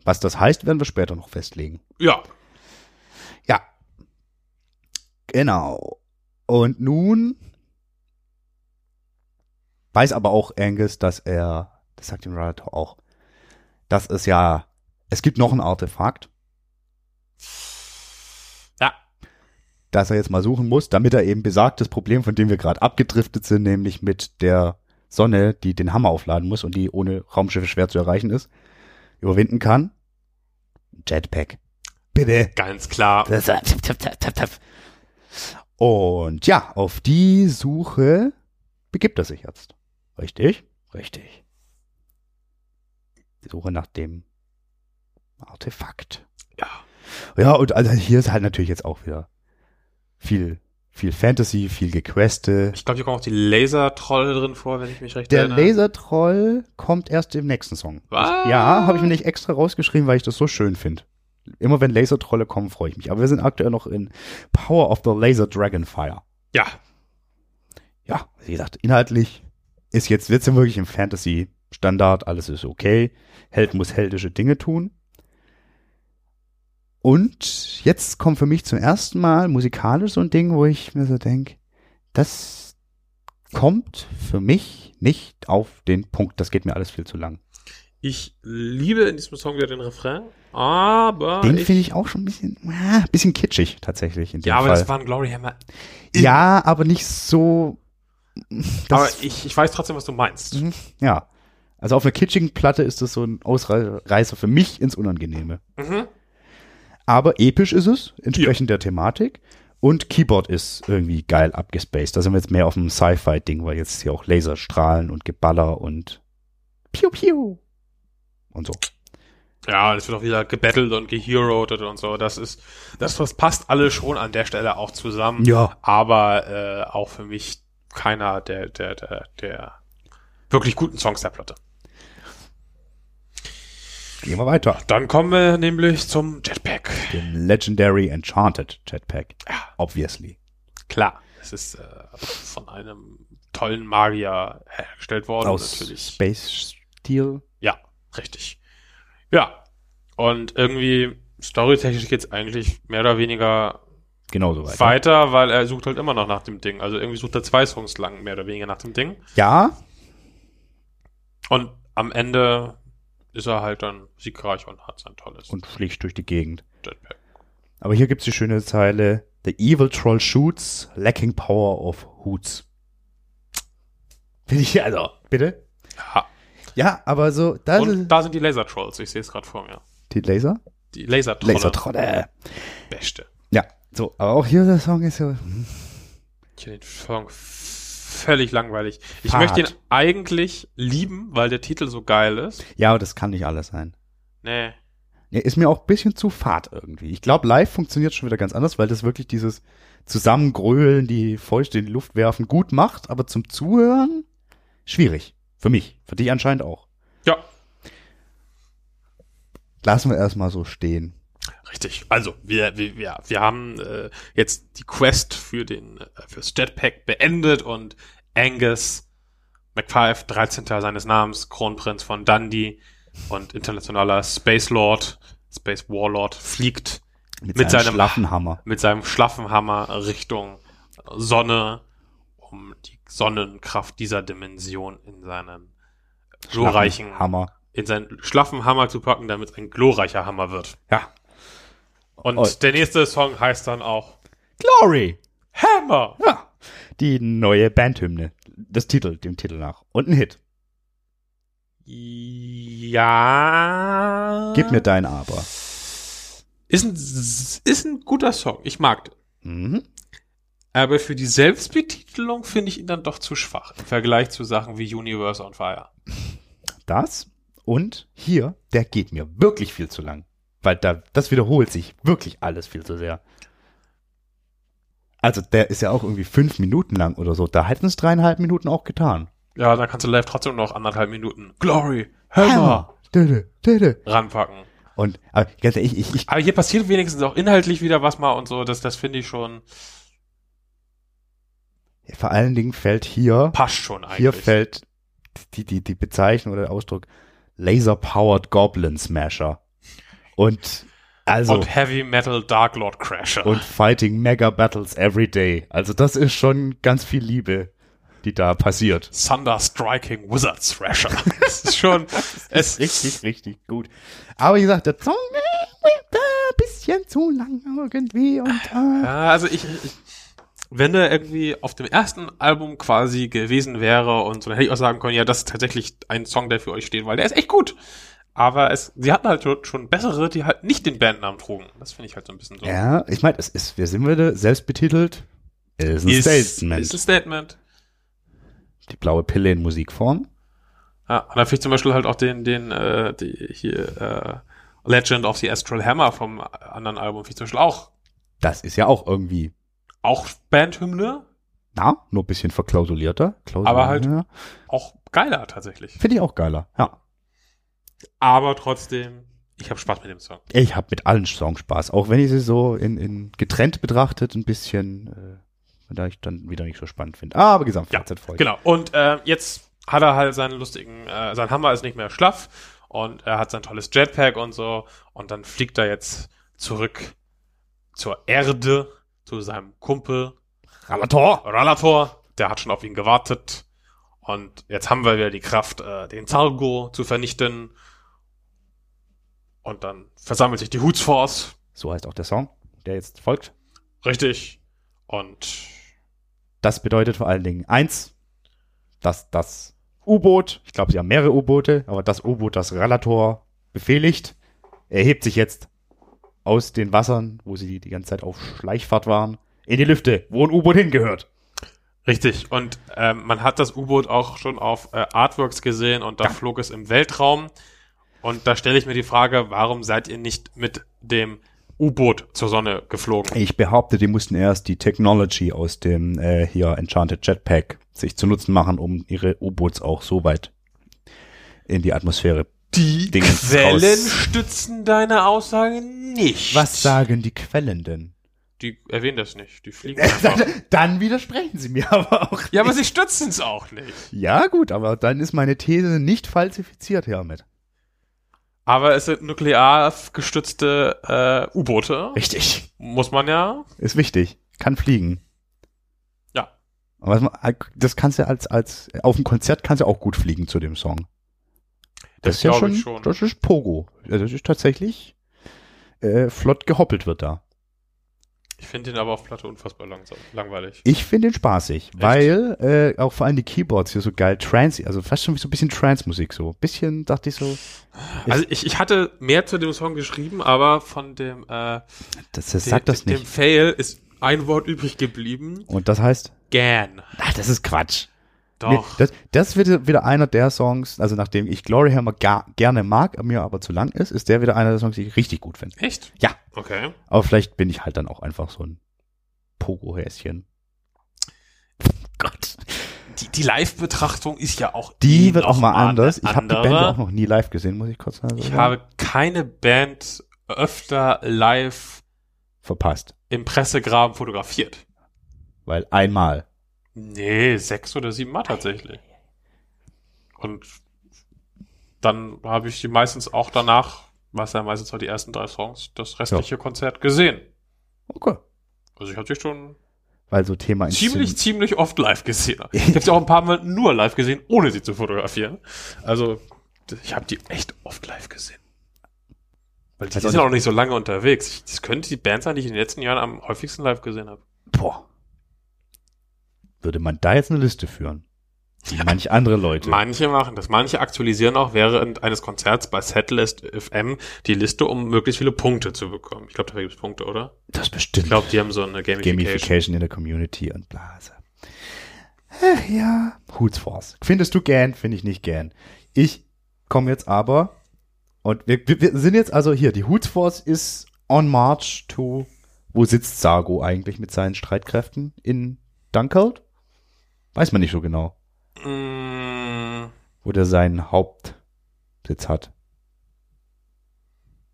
[SPEAKER 3] Was das heißt, werden wir später noch festlegen.
[SPEAKER 2] Ja.
[SPEAKER 3] Ja. Genau. Und nun weiß aber auch Angus, dass er, das sagt ihm Ralator auch, dass es ja, es gibt noch ein Artefakt,
[SPEAKER 2] Ja.
[SPEAKER 3] das er jetzt mal suchen muss, damit er eben besagtes Problem, von dem wir gerade abgedriftet sind, nämlich mit der Sonne, die den Hammer aufladen muss und die ohne Raumschiffe schwer zu erreichen ist, überwinden kann. Jetpack. Bitte.
[SPEAKER 2] Ganz klar.
[SPEAKER 3] Und ja, auf die Suche begibt er sich jetzt. Richtig? Richtig. Die Suche nach dem Artefakt.
[SPEAKER 2] Ja.
[SPEAKER 3] Ja, und also hier ist halt natürlich jetzt auch wieder viel, viel Fantasy, viel Gequeste.
[SPEAKER 2] Ich ne? glaube, hier kommen auch die Lasertrolle drin vor, wenn ich mich recht
[SPEAKER 3] Der
[SPEAKER 2] erinnere.
[SPEAKER 3] Lasertroll kommt erst im nächsten Song.
[SPEAKER 2] Was?
[SPEAKER 3] Ja, habe ich mir nicht extra rausgeschrieben, weil ich das so schön finde. Immer wenn Lasertrolle kommen, freue ich mich. Aber wir sind aktuell noch in Power of the Laser Dragonfire.
[SPEAKER 2] Ja.
[SPEAKER 3] ja, wie gesagt, inhaltlich ist jetzt, wir sind wirklich im Fantasy-Standard, alles ist okay. Held muss heldische Dinge tun. Und jetzt kommt für mich zum ersten Mal musikalisch so ein Ding, wo ich mir so denke, das kommt für mich nicht auf den Punkt. Das geht mir alles viel zu lang.
[SPEAKER 2] Ich liebe in diesem Song wieder den Refrain, aber
[SPEAKER 3] Den
[SPEAKER 2] ich,
[SPEAKER 3] finde ich auch schon ein bisschen, ah, ein bisschen kitschig tatsächlich in dem
[SPEAKER 2] ja, aber
[SPEAKER 3] Fall.
[SPEAKER 2] das war ein Gloryhammer.
[SPEAKER 3] ja, aber nicht so.
[SPEAKER 2] Aber
[SPEAKER 3] das-
[SPEAKER 2] ich, ich weiß trotzdem, was du meinst.
[SPEAKER 3] Mhm. Ja. Also auf einer kitschigen Platte ist das so ein Ausreißer für mich ins Unangenehme.
[SPEAKER 2] Mhm.
[SPEAKER 3] Aber episch ist es, entsprechend der Thematik. Und Keyboard ist irgendwie geil abgespaced. Da sind wir jetzt mehr auf dem Sci-Fi-Ding, weil jetzt hier auch Laserstrahlen und Geballer und Piu Piu und so.
[SPEAKER 2] Ja, es wird auch wieder gebettelt und geheroed und so. Das ist, das, das passt alle schon an der Stelle auch zusammen.
[SPEAKER 3] Ja.
[SPEAKER 2] Aber äh, auch für mich keiner der, der, der, der wirklich guten Songs der Platte.
[SPEAKER 3] Gehen wir weiter.
[SPEAKER 2] Dann kommen wir nämlich zum Jetpack.
[SPEAKER 3] Dem Legendary Enchanted Jetpack.
[SPEAKER 2] Ja.
[SPEAKER 3] Obviously.
[SPEAKER 2] Klar, es ist äh, von einem tollen Magier hergestellt worden.
[SPEAKER 3] Aus
[SPEAKER 2] natürlich.
[SPEAKER 3] Space Deal.
[SPEAKER 2] Ja, richtig. Ja. Und irgendwie storytechnisch geht's eigentlich mehr oder weniger
[SPEAKER 3] Genauso Genau weiter.
[SPEAKER 2] weiter, weil er sucht halt immer noch nach dem Ding. Also irgendwie sucht er zwei Songs lang mehr oder weniger nach dem Ding.
[SPEAKER 3] Ja,
[SPEAKER 2] Und am Ende ist er halt dann siegreich und hat sein tolles
[SPEAKER 3] und fliegt durch die Gegend.
[SPEAKER 2] Jetpack.
[SPEAKER 3] Aber hier gibt's die schöne Zeile: The evil troll shoots, lacking power of hoots. Bin ich also. Bitte?
[SPEAKER 2] Ja.
[SPEAKER 3] Ja, aber so, das
[SPEAKER 2] Und
[SPEAKER 3] ist.
[SPEAKER 2] da sind die Lasertrolls. Ich sehe es gerade vor mir.
[SPEAKER 3] die Laser?
[SPEAKER 2] Die Lasertrolle.
[SPEAKER 3] Lasertrolle.
[SPEAKER 2] Beste.
[SPEAKER 3] Ja, so, aber auch hier der Song ist so.
[SPEAKER 2] Ich finde den Song völlig langweilig. Ich
[SPEAKER 3] Fahrt.
[SPEAKER 2] möchte ihn eigentlich lieben, weil der Titel so geil ist.
[SPEAKER 3] Ja, aber das kann nicht alles sein.
[SPEAKER 2] Nee.
[SPEAKER 3] Ja, ist mir auch ein bisschen zu fad irgendwie. Ich glaube, live funktioniert schon wieder ganz anders, weil das wirklich dieses Zusammengrölen, die Feuchte in die Luft werfen, gut macht, aber zum Zuhören schwierig. Für mich. Für dich anscheinend auch.
[SPEAKER 2] Ja,
[SPEAKER 3] Lassen wir erstmal so stehen.
[SPEAKER 2] richtig. Also, wir, wir, ja, wir haben äh, jetzt die Quest für den äh, fürs Jetpack beendet und Angus McFive, 13. seines Namens, Kronprinz von Dundee und internationaler Space Lord, Space Warlord, fliegt Mit
[SPEAKER 3] seinem
[SPEAKER 2] seinem-
[SPEAKER 3] schlaffen Hammer.
[SPEAKER 2] mit seinem schlaffen Hammer Richtung Sonne, um die Sonnenkraft dieser Dimension in seinen glorreichen
[SPEAKER 3] Schlaffen Hammer.
[SPEAKER 2] in seinen schlaffen Hammer zu packen, damit es ein glorreicher Hammer wird.
[SPEAKER 3] Ja.
[SPEAKER 2] Und
[SPEAKER 3] Oh.
[SPEAKER 2] der nächste Song heißt dann auch
[SPEAKER 3] Glory!
[SPEAKER 2] Hammer.
[SPEAKER 3] Ja. Die neue Bandhymne. Das Titel, dem Titel nach. Und ein Hit.
[SPEAKER 2] Ja.
[SPEAKER 3] Gib mir dein Aber.
[SPEAKER 2] Ist ein, ist ein guter Song. Ich mag den.
[SPEAKER 3] Mhm.
[SPEAKER 2] Aber für die Selbstbetitelung finde ich ihn dann doch zu schwach im Vergleich zu Sachen wie Universe on Fire.
[SPEAKER 3] Das und hier, der geht mir wirklich viel zu lang. Weil da, das wiederholt sich wirklich alles viel zu sehr. Also der ist ja auch irgendwie fünf Minuten lang oder so. Da hätten es dreieinhalb Minuten auch getan.
[SPEAKER 2] Ja, dann kannst du live trotzdem noch anderthalb Minuten Glory, Hammer
[SPEAKER 3] Döde, döde.
[SPEAKER 2] ranpacken.
[SPEAKER 3] Und aber ganz ehrlich, ich, ich,
[SPEAKER 2] Aber hier passiert wenigstens auch inhaltlich wieder was mal und so. Das, das finde ich schon,
[SPEAKER 3] ich, vor allen Dingen fällt hier
[SPEAKER 2] passt schon eigentlich.
[SPEAKER 3] Hier fällt die, die, die Bezeichnung oder der Ausdruck Laser-Powered Goblin Smasher. Und also
[SPEAKER 2] Und
[SPEAKER 3] und,
[SPEAKER 2] Heavy Metal Dark Lord Crasher.
[SPEAKER 3] Fighting Mega Battles every day. Also das ist schon ganz viel Liebe, die da passiert.
[SPEAKER 2] Thunder Striking Wizard Thrasher. Das ist schon, es,
[SPEAKER 3] Richtig, richtig gut. Aber wie gesagt, der Song äh, äh, ein bisschen zu lang irgendwie und äh,
[SPEAKER 2] ja, also ich, ich, wenn er irgendwie auf dem ersten Album quasi gewesen wäre und so, dann hätte ich auch sagen können, ja, das ist tatsächlich ein Song, der für euch steht, weil der ist echt gut. Aber es, sie hatten halt schon- schon bessere, die halt nicht den Bandnamen trugen. Das finde ich halt so ein bisschen so.
[SPEAKER 3] äh, ja, ich meine, es ist, wir sind wieder selbst betitelt. Ist ein Statement.
[SPEAKER 2] Ist ein Statement.
[SPEAKER 3] die blaue Pille in Musikform.
[SPEAKER 2] Ja, und da finde ich zum Beispiel halt auch den, den, äh, die, hier, äh, Legend of the Astral Hammer vom anderen Album, finde ich zum Beispiel auch,
[SPEAKER 3] Das ist ja auch irgendwie
[SPEAKER 2] auch Bandhymne,
[SPEAKER 3] Na, nur ein bisschen verklausulierter.
[SPEAKER 2] Aber halt-
[SPEAKER 3] Klausulierter.
[SPEAKER 2] auch geiler tatsächlich.
[SPEAKER 3] Finde ich auch geiler. Ja.
[SPEAKER 2] Aber trotzdem, ich habe Spaß mit dem Song.
[SPEAKER 3] Ich habe mit allen Songs Spaß, auch wenn ich sie so in, in getrennt betrachtet ein bisschen, äh, da ich dann wieder nicht so spannend finde. Ah, aber
[SPEAKER 2] Ja,
[SPEAKER 3] Gesamtfazit folgt.
[SPEAKER 2] genau. Und äh, jetzt hat er halt seinen lustigen, äh, sein Hammer ist nicht mehr schlaff und er hat sein tolles Jetpack und so und dann fliegt er jetzt zurück zur Erde, zu seinem Kumpel
[SPEAKER 3] Ralator.
[SPEAKER 2] Ralator, der hat schon auf ihn gewartet. Und jetzt haben wir wieder die Kraft, äh, den Zargo zu vernichten. Und dann versammelt sich die Hoots Force.
[SPEAKER 3] So heißt auch der Song, der jetzt folgt.
[SPEAKER 2] Richtig. Und
[SPEAKER 3] Das bedeutet vor allen Dingen eins, dass das U-Boot, ich glaube, sie haben mehrere U-Boote, aber das U-Boot, das Ralator befehligt, erhebt sich jetzt aus den Wassern, wo sie die ganze Zeit auf Schleichfahrt waren, in die Lüfte, wo ein U-Boot hingehört.
[SPEAKER 2] richtig. Und ähm, man hat das U-Boot auch schon auf äh, Artworks gesehen und da flog es im Weltraum. Und da stelle ich mir die Frage, warum seid ihr nicht mit dem U-Boot zur Sonne geflogen?
[SPEAKER 3] Ich behaupte, die mussten erst die Technology aus dem äh, hier Enchanted Jetpack sich zu Nutzen machen, um ihre U-Boots auch so weit in die Atmosphäre.
[SPEAKER 2] Die
[SPEAKER 3] Dingens
[SPEAKER 2] Quellen
[SPEAKER 3] raus.
[SPEAKER 2] stützen deine Aussage nicht.
[SPEAKER 3] Was sagen die Quellen denn?
[SPEAKER 2] Die erwähnen das nicht. Die fliegen
[SPEAKER 3] dann,
[SPEAKER 2] einfach.
[SPEAKER 3] dann widersprechen sie mir aber auch.
[SPEAKER 2] ja, aber sie stützen es auch nicht.
[SPEAKER 3] Ja, gut, aber dann ist meine These nicht falsifiziert, Hermit.
[SPEAKER 2] Aber es sind nuklear gestützte äh, U-Boote.
[SPEAKER 3] Richtig.
[SPEAKER 2] Muss man ja.
[SPEAKER 3] Ist wichtig. Kann fliegen.
[SPEAKER 2] Ja.
[SPEAKER 3] Aber das- das kannst du als, als, auf dem Konzert kannst du auch gut fliegen zu dem Song.
[SPEAKER 2] Das,
[SPEAKER 3] ist ja
[SPEAKER 2] glaube
[SPEAKER 3] schon,
[SPEAKER 2] ich schon.
[SPEAKER 3] Das ist Pogo. Ja, Das ist tatsächlich äh, flott gehoppelt wird da.
[SPEAKER 2] Ich finde den aber auf Platte unfassbar langsam, langweilig.
[SPEAKER 3] Ich finde den spaßig, weil äh, auch vor allem die Keyboards hier so geil Trance, also fast schon wie so ein bisschen Trance-Musik so. Bisschen dachte ich so,
[SPEAKER 2] Also ich, ich hatte mehr zu dem Song geschrieben, aber von dem, äh,
[SPEAKER 3] das, das
[SPEAKER 2] de-
[SPEAKER 3] sagt das
[SPEAKER 2] de- dem
[SPEAKER 3] nicht.
[SPEAKER 2] Fail ist ein Wort übrig geblieben.
[SPEAKER 3] Und das heißt,
[SPEAKER 2] Gan.
[SPEAKER 3] ach, das ist Quatsch. Nee,
[SPEAKER 2] Doch.
[SPEAKER 3] das, das wird wieder einer der Songs, also nachdem ich Glory Hammer gar, gerne mag, mir aber zu lang ist, ist der wieder einer der Songs, die ich richtig gut finde.
[SPEAKER 2] Echt?
[SPEAKER 3] Ja.
[SPEAKER 2] Okay.
[SPEAKER 3] Aber vielleicht bin ich halt dann auch einfach so ein Pogo-Häschen. Gott.
[SPEAKER 2] Die, die Live-Betrachtung ist ja auch
[SPEAKER 3] Die
[SPEAKER 2] eh
[SPEAKER 3] wird auch
[SPEAKER 2] noch
[SPEAKER 3] mal
[SPEAKER 2] eine
[SPEAKER 3] anders. Ich habe die Band
[SPEAKER 2] andere.
[SPEAKER 3] auch noch nie live gesehen, muss ich kurz sagen.
[SPEAKER 2] Ich habe keine Band öfter live
[SPEAKER 3] verpasst.
[SPEAKER 2] im Pressegraben fotografiert.
[SPEAKER 3] Weil einmal.
[SPEAKER 2] Nee, sechs oder sieben Mal tatsächlich. Und dann habe ich die meistens auch danach, was ja meistens auch die ersten drei Songs, das restliche Konzert gesehen.
[SPEAKER 3] Okay.
[SPEAKER 2] Also ich habe die schon
[SPEAKER 3] Weil so Thema
[SPEAKER 2] ziemlich, ziemlich oft live gesehen. Ich habe sie auch ein paar Mal nur live gesehen, ohne sie zu fotografieren. Also ich habe die echt oft live gesehen. Weil die
[SPEAKER 3] Also
[SPEAKER 2] sind auch nicht so lange unterwegs. Ich, das könnte die Band sein, die ich in den letzten Jahren am häufigsten live gesehen habe.
[SPEAKER 3] Boah. Würde man da jetzt eine Liste führen? Wie manch andere Leute.
[SPEAKER 2] Manche machen das. Manche aktualisieren auch während eines Konzerts bei Setlist FM die Liste, um möglichst viele Punkte zu bekommen. Ich glaube, da gibt es Punkte, oder?
[SPEAKER 3] das
[SPEAKER 2] Ich
[SPEAKER 3] bestimmt.
[SPEAKER 2] glaube, die haben so eine Gamification.
[SPEAKER 3] Gamification in der Community und Blase. Ach ja, Hoots Force. Findest du gern, finde ich nicht gern. Ich komme jetzt aber und wir, wir, wir sind jetzt also hier, die Hoots Force ist on march to wo sitzt Sargo eigentlich mit seinen Streitkräften in Dunkeld? Weiß man nicht so genau,
[SPEAKER 2] Mm,
[SPEAKER 3] wo der seinen Hauptsitz hat.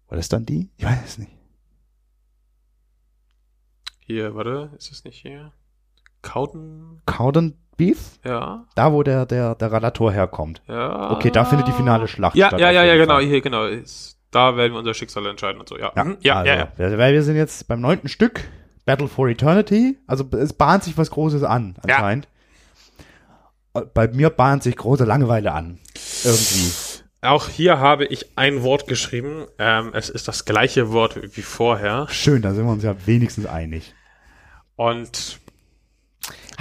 [SPEAKER 3] War das dann die? Ich weiß es nicht.
[SPEAKER 2] hier, warte, ist es nicht hier? Kauten?
[SPEAKER 3] Cowden Beef?
[SPEAKER 2] Ja,
[SPEAKER 3] Da, wo der, der, der Radator herkommt.
[SPEAKER 2] ja.
[SPEAKER 3] Okay, da findet die finale Schlacht
[SPEAKER 2] Ja,
[SPEAKER 3] statt.
[SPEAKER 2] ja,
[SPEAKER 3] auf
[SPEAKER 2] ja, ja,
[SPEAKER 3] jeden
[SPEAKER 2] genau,
[SPEAKER 3] Fall.
[SPEAKER 2] hier, genau. Ist, da werden wir unser Schicksal entscheiden und so. Ja,
[SPEAKER 3] Ja,
[SPEAKER 2] Hm, ja,
[SPEAKER 3] also,
[SPEAKER 2] ja, ja.
[SPEAKER 3] Weil weil wir sind jetzt beim neunten Stück, Battle for Eternity. Also es bahnt sich was Großes an,
[SPEAKER 2] Ja.
[SPEAKER 3] anscheinend. Äh, Bei mir bahnt sich große Langeweile an. Irgendwie.
[SPEAKER 2] Auch hier habe ich ein Wort geschrieben. Ähm, es ist das gleiche Wort wie vorher.
[SPEAKER 3] Schön, da sind wir uns ja wenigstens einig.
[SPEAKER 2] Und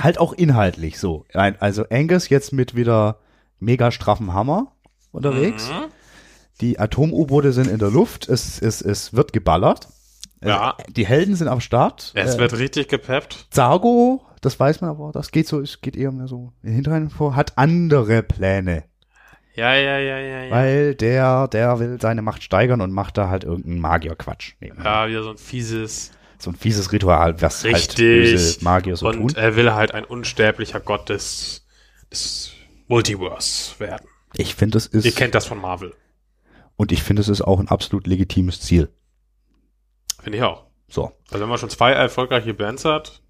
[SPEAKER 3] Halt auch inhaltlich so. Ein- Also Angus jetzt mit wieder mega straffen Hammer unterwegs.
[SPEAKER 2] Mhm.
[SPEAKER 3] Die Atom-U-Boote sind in der Luft. Es, es, es wird geballert.
[SPEAKER 2] Ja.
[SPEAKER 3] Äh, Die Helden sind am Start.
[SPEAKER 2] es
[SPEAKER 3] Äh,
[SPEAKER 2] wird richtig gepeppt.
[SPEAKER 3] Zargo, das weiß man aber, das geht so, es geht eher mehr so in den Hintern vor, hat andere Pläne.
[SPEAKER 2] Ja, ja, ja, ja, ja.
[SPEAKER 3] Weil der, der will seine Macht steigern und macht da halt irgendeinen Magierquatsch. nebenher.
[SPEAKER 2] Ja, wieder so ein fieses.
[SPEAKER 3] So ein fieses Ritual, was halt
[SPEAKER 2] Richtig.
[SPEAKER 3] böse Magier so
[SPEAKER 2] und
[SPEAKER 3] tun.
[SPEAKER 2] er will halt ein unsterblicher Gott des, des Multiverse werden.
[SPEAKER 3] Ich finde, es ist,
[SPEAKER 2] Ihr kennt das von Marvel.
[SPEAKER 3] und ich finde, es ist auch ein absolut legitimes Ziel.
[SPEAKER 2] Finde ich auch.
[SPEAKER 3] So.
[SPEAKER 2] Also wenn man schon zwei erfolgreiche Bands hat,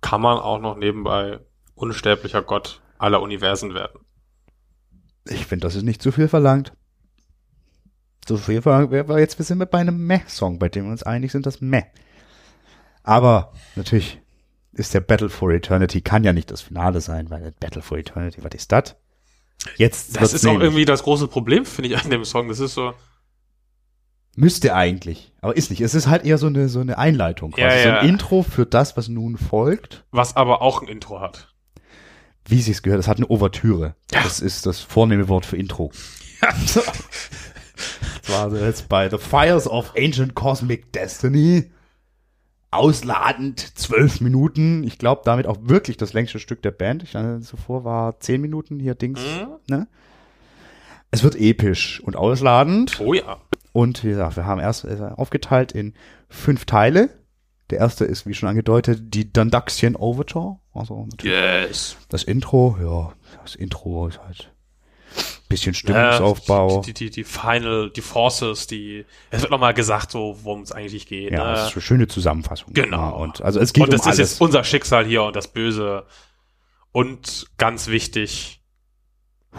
[SPEAKER 2] kann man auch noch nebenbei unsterblicher Gott aller Universen werden.
[SPEAKER 3] Ich finde, das ist nicht zu viel verlangt. Zu viel verlangt wäre, weil jetzt wir sind wir bei einem Meh-Song, bei dem wir uns einig sind, das Meh. Aber natürlich ist der Battle for Eternity, kann ja nicht das Finale sein, weil Battle for Eternity, was ist das? Jetzt
[SPEAKER 2] Das
[SPEAKER 3] wird's
[SPEAKER 2] ist auch
[SPEAKER 3] nämlich.
[SPEAKER 2] irgendwie das große Problem, finde ich, an dem Song. Das ist so,
[SPEAKER 3] Müsste eigentlich, aber ist nicht. Es ist halt eher so eine, so eine Einleitung, quasi.
[SPEAKER 2] Ja,
[SPEAKER 3] so
[SPEAKER 2] ja.
[SPEAKER 3] ein Intro für das, was nun folgt.
[SPEAKER 2] was aber auch ein Intro hat.
[SPEAKER 3] Wie sie es gehört, es hat eine Ouvertüre. Das ist das vornehme Wort für Intro. Das war also jetzt bei The Fires of Ancient Cosmic Destiny. Ausladend, zwölf Minuten. Ich glaube, damit auch wirklich das längste Stück der Band. Ich meine, zuvor war zehn Minuten hier Dings. Ne? Es wird episch und ausladend.
[SPEAKER 2] oh ja.
[SPEAKER 3] Und wie gesagt, wir haben erst äh, aufgeteilt in fünf Teile. Der erste ist, wie schon angedeutet, die Dunduxian Overture. Also natürlich
[SPEAKER 2] Yes.
[SPEAKER 3] das Intro, ja, das Intro ist halt bisschen Stimmungsaufbau.
[SPEAKER 2] Äh, Die, die, die, die Final, die Forces, die. Es wird nochmal gesagt, so, worum es eigentlich geht.
[SPEAKER 3] Ja, das
[SPEAKER 2] ne?
[SPEAKER 3] ist eine schöne Zusammenfassung.
[SPEAKER 2] Genau.
[SPEAKER 3] Ja, und also es geht
[SPEAKER 2] und das
[SPEAKER 3] um alles.
[SPEAKER 2] ist jetzt unser Schicksal hier und das Böse. Und ganz wichtig,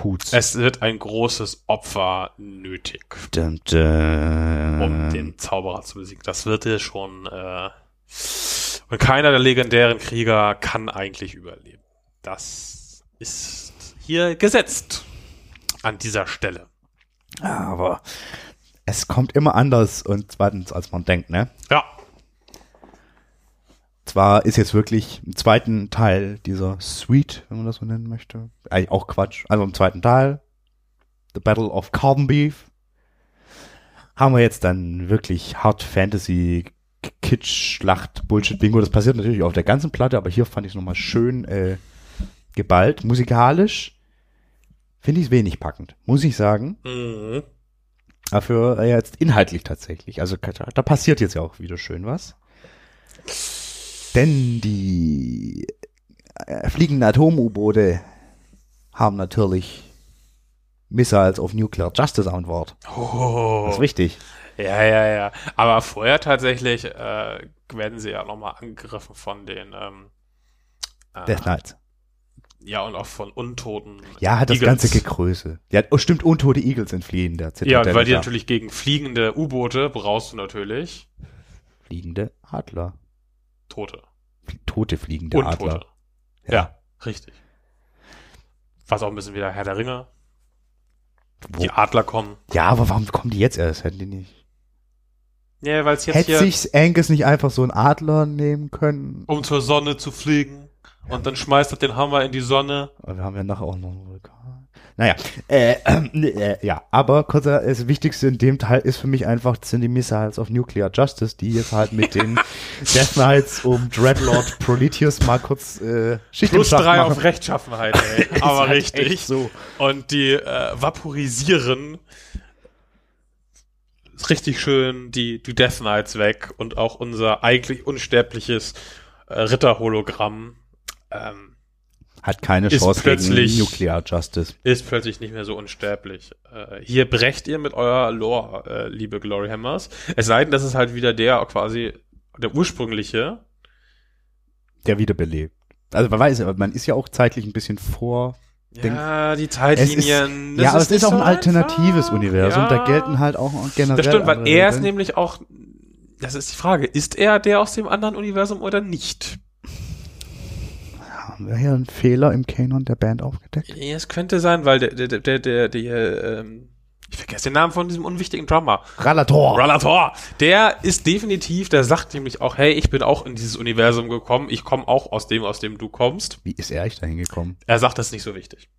[SPEAKER 3] Huts.
[SPEAKER 2] es wird ein großes Opfer nötig,
[SPEAKER 3] Dum, dum.
[SPEAKER 2] um den Zauberer zu besiegen. Das wird hier schon. Äh, und keiner der legendären Krieger kann eigentlich überleben. Das ist hier gesetzt. An dieser Stelle.
[SPEAKER 3] Aber es kommt immer anders und zweitens, als man denkt, ne?
[SPEAKER 2] Ja.
[SPEAKER 3] Zwar ist jetzt wirklich im zweiten Teil dieser Suite, wenn man das so nennen möchte. Eigentlich auch Quatsch. Also im zweiten Teil, The Battle of Carbon Beef, haben wir jetzt dann wirklich Hard Fantasy, K- Kitsch, Schlacht, Bullshit, Bingo. Das passiert natürlich auf der ganzen Platte, aber hier fand ich es nochmal schön äh, geballt. Musikalisch finde ich es wenig packend, muss ich sagen.
[SPEAKER 2] Mhm.
[SPEAKER 3] Dafür äh, jetzt inhaltlich tatsächlich. Also Katar- da passiert jetzt ja auch wieder schön was. Denn die äh, fliegenden Atom-U-Boote haben natürlich Missiles of Nuclear Justice an Bord.
[SPEAKER 2] Oh.
[SPEAKER 3] Das ist richtig.
[SPEAKER 2] Ja, ja, ja. Aber vorher tatsächlich äh, werden sie ja nochmal angegriffen von den. Ähm, äh,
[SPEAKER 3] Death Knights.
[SPEAKER 2] ja, und auch von Untoten.
[SPEAKER 3] Ja, hat das
[SPEAKER 2] Eagles.
[SPEAKER 3] ganze Gegröße. Ja, oh, stimmt, untote Eagles entfliehen der
[SPEAKER 2] Ja,
[SPEAKER 3] Zitadelle,
[SPEAKER 2] weil die
[SPEAKER 3] klar.
[SPEAKER 2] natürlich gegen fliegende U-Boote brauchst du natürlich
[SPEAKER 3] Fliegende Adler.
[SPEAKER 2] Tote.
[SPEAKER 3] Fl- Tote fliegende
[SPEAKER 2] Untote.
[SPEAKER 3] Adler.
[SPEAKER 2] Ja. richtig. Was auch ein bisschen wieder Herr der Ringe.
[SPEAKER 3] Wo,
[SPEAKER 2] Die Adler kommen.
[SPEAKER 3] ja, aber warum kommen die jetzt erst? Hätten die nicht.
[SPEAKER 2] Ja, weil es jetzt
[SPEAKER 3] Hätte
[SPEAKER 2] hier,
[SPEAKER 3] sich Angus nicht einfach so einen Adler nehmen können?
[SPEAKER 2] um zur Sonne zu fliegen. Und dann schmeißt er den Hammer in die Sonne.
[SPEAKER 3] Aber wir haben ja nachher auch noch einen Vulkan. Naja, äh, äh, ja, aber kurzer, das Wichtigste in dem Teil ist für mich einfach, sind die Missiles of Nuclear Justice, die jetzt halt mit den Death Knights um Dreadlord Prometheus mal kurz äh, Schicht
[SPEAKER 2] Plus
[SPEAKER 3] im Schacht
[SPEAKER 2] drei
[SPEAKER 3] machen.
[SPEAKER 2] auf Rechtschaffenheit, ey.
[SPEAKER 3] Ist
[SPEAKER 2] Aber
[SPEAKER 3] halt
[SPEAKER 2] richtig.
[SPEAKER 3] echt So.
[SPEAKER 2] Und die äh, vaporisieren richtig schön die, die Death Knights weg und auch unser eigentlich unsterbliches äh, Ritterhologramm ähm,
[SPEAKER 3] Hat keine
[SPEAKER 2] Ist
[SPEAKER 3] Chance
[SPEAKER 2] plötzlich-
[SPEAKER 3] gegen Nuclear Justice.
[SPEAKER 2] ist plötzlich nicht mehr so unsterblich. Äh, hier brecht ihr mit eurer Lore, äh, liebe Gloryhammers. Es sei denn, das ist halt wieder der quasi der ursprüngliche.
[SPEAKER 3] Der wiederbelebt. Also man weiß, aber man ist ja auch zeitlich ein bisschen vor.
[SPEAKER 2] Ja, die Zeitlinien. das
[SPEAKER 3] ja, aber es
[SPEAKER 2] nicht
[SPEAKER 3] ist auch
[SPEAKER 2] so
[SPEAKER 3] ein alternatives
[SPEAKER 2] einfach.
[SPEAKER 3] Universum. Da
[SPEAKER 2] Ja.
[SPEAKER 3] gelten halt auch generell.
[SPEAKER 2] Das stimmt, weil
[SPEAKER 3] andere
[SPEAKER 2] er ist
[SPEAKER 3] Regeln.
[SPEAKER 2] nämlich auch. Das ist die Frage. Ist er der aus dem anderen Universum oder nicht?
[SPEAKER 3] Haben wir hier einen Fehler im Kanon der Band aufgedeckt?
[SPEAKER 2] Es könnte sein, weil der, der, der, der, der, der ähm, ich vergesse den Namen von diesem unwichtigen Drummer.
[SPEAKER 3] Ralator.
[SPEAKER 2] Ralator. Der ist definitiv, der sagt nämlich auch, hey, ich bin auch in dieses Universum gekommen. Ich komme auch aus dem, aus dem du kommst.
[SPEAKER 3] Wie ist er eigentlich da hingekommen?
[SPEAKER 2] Er sagt, das ist nicht so wichtig.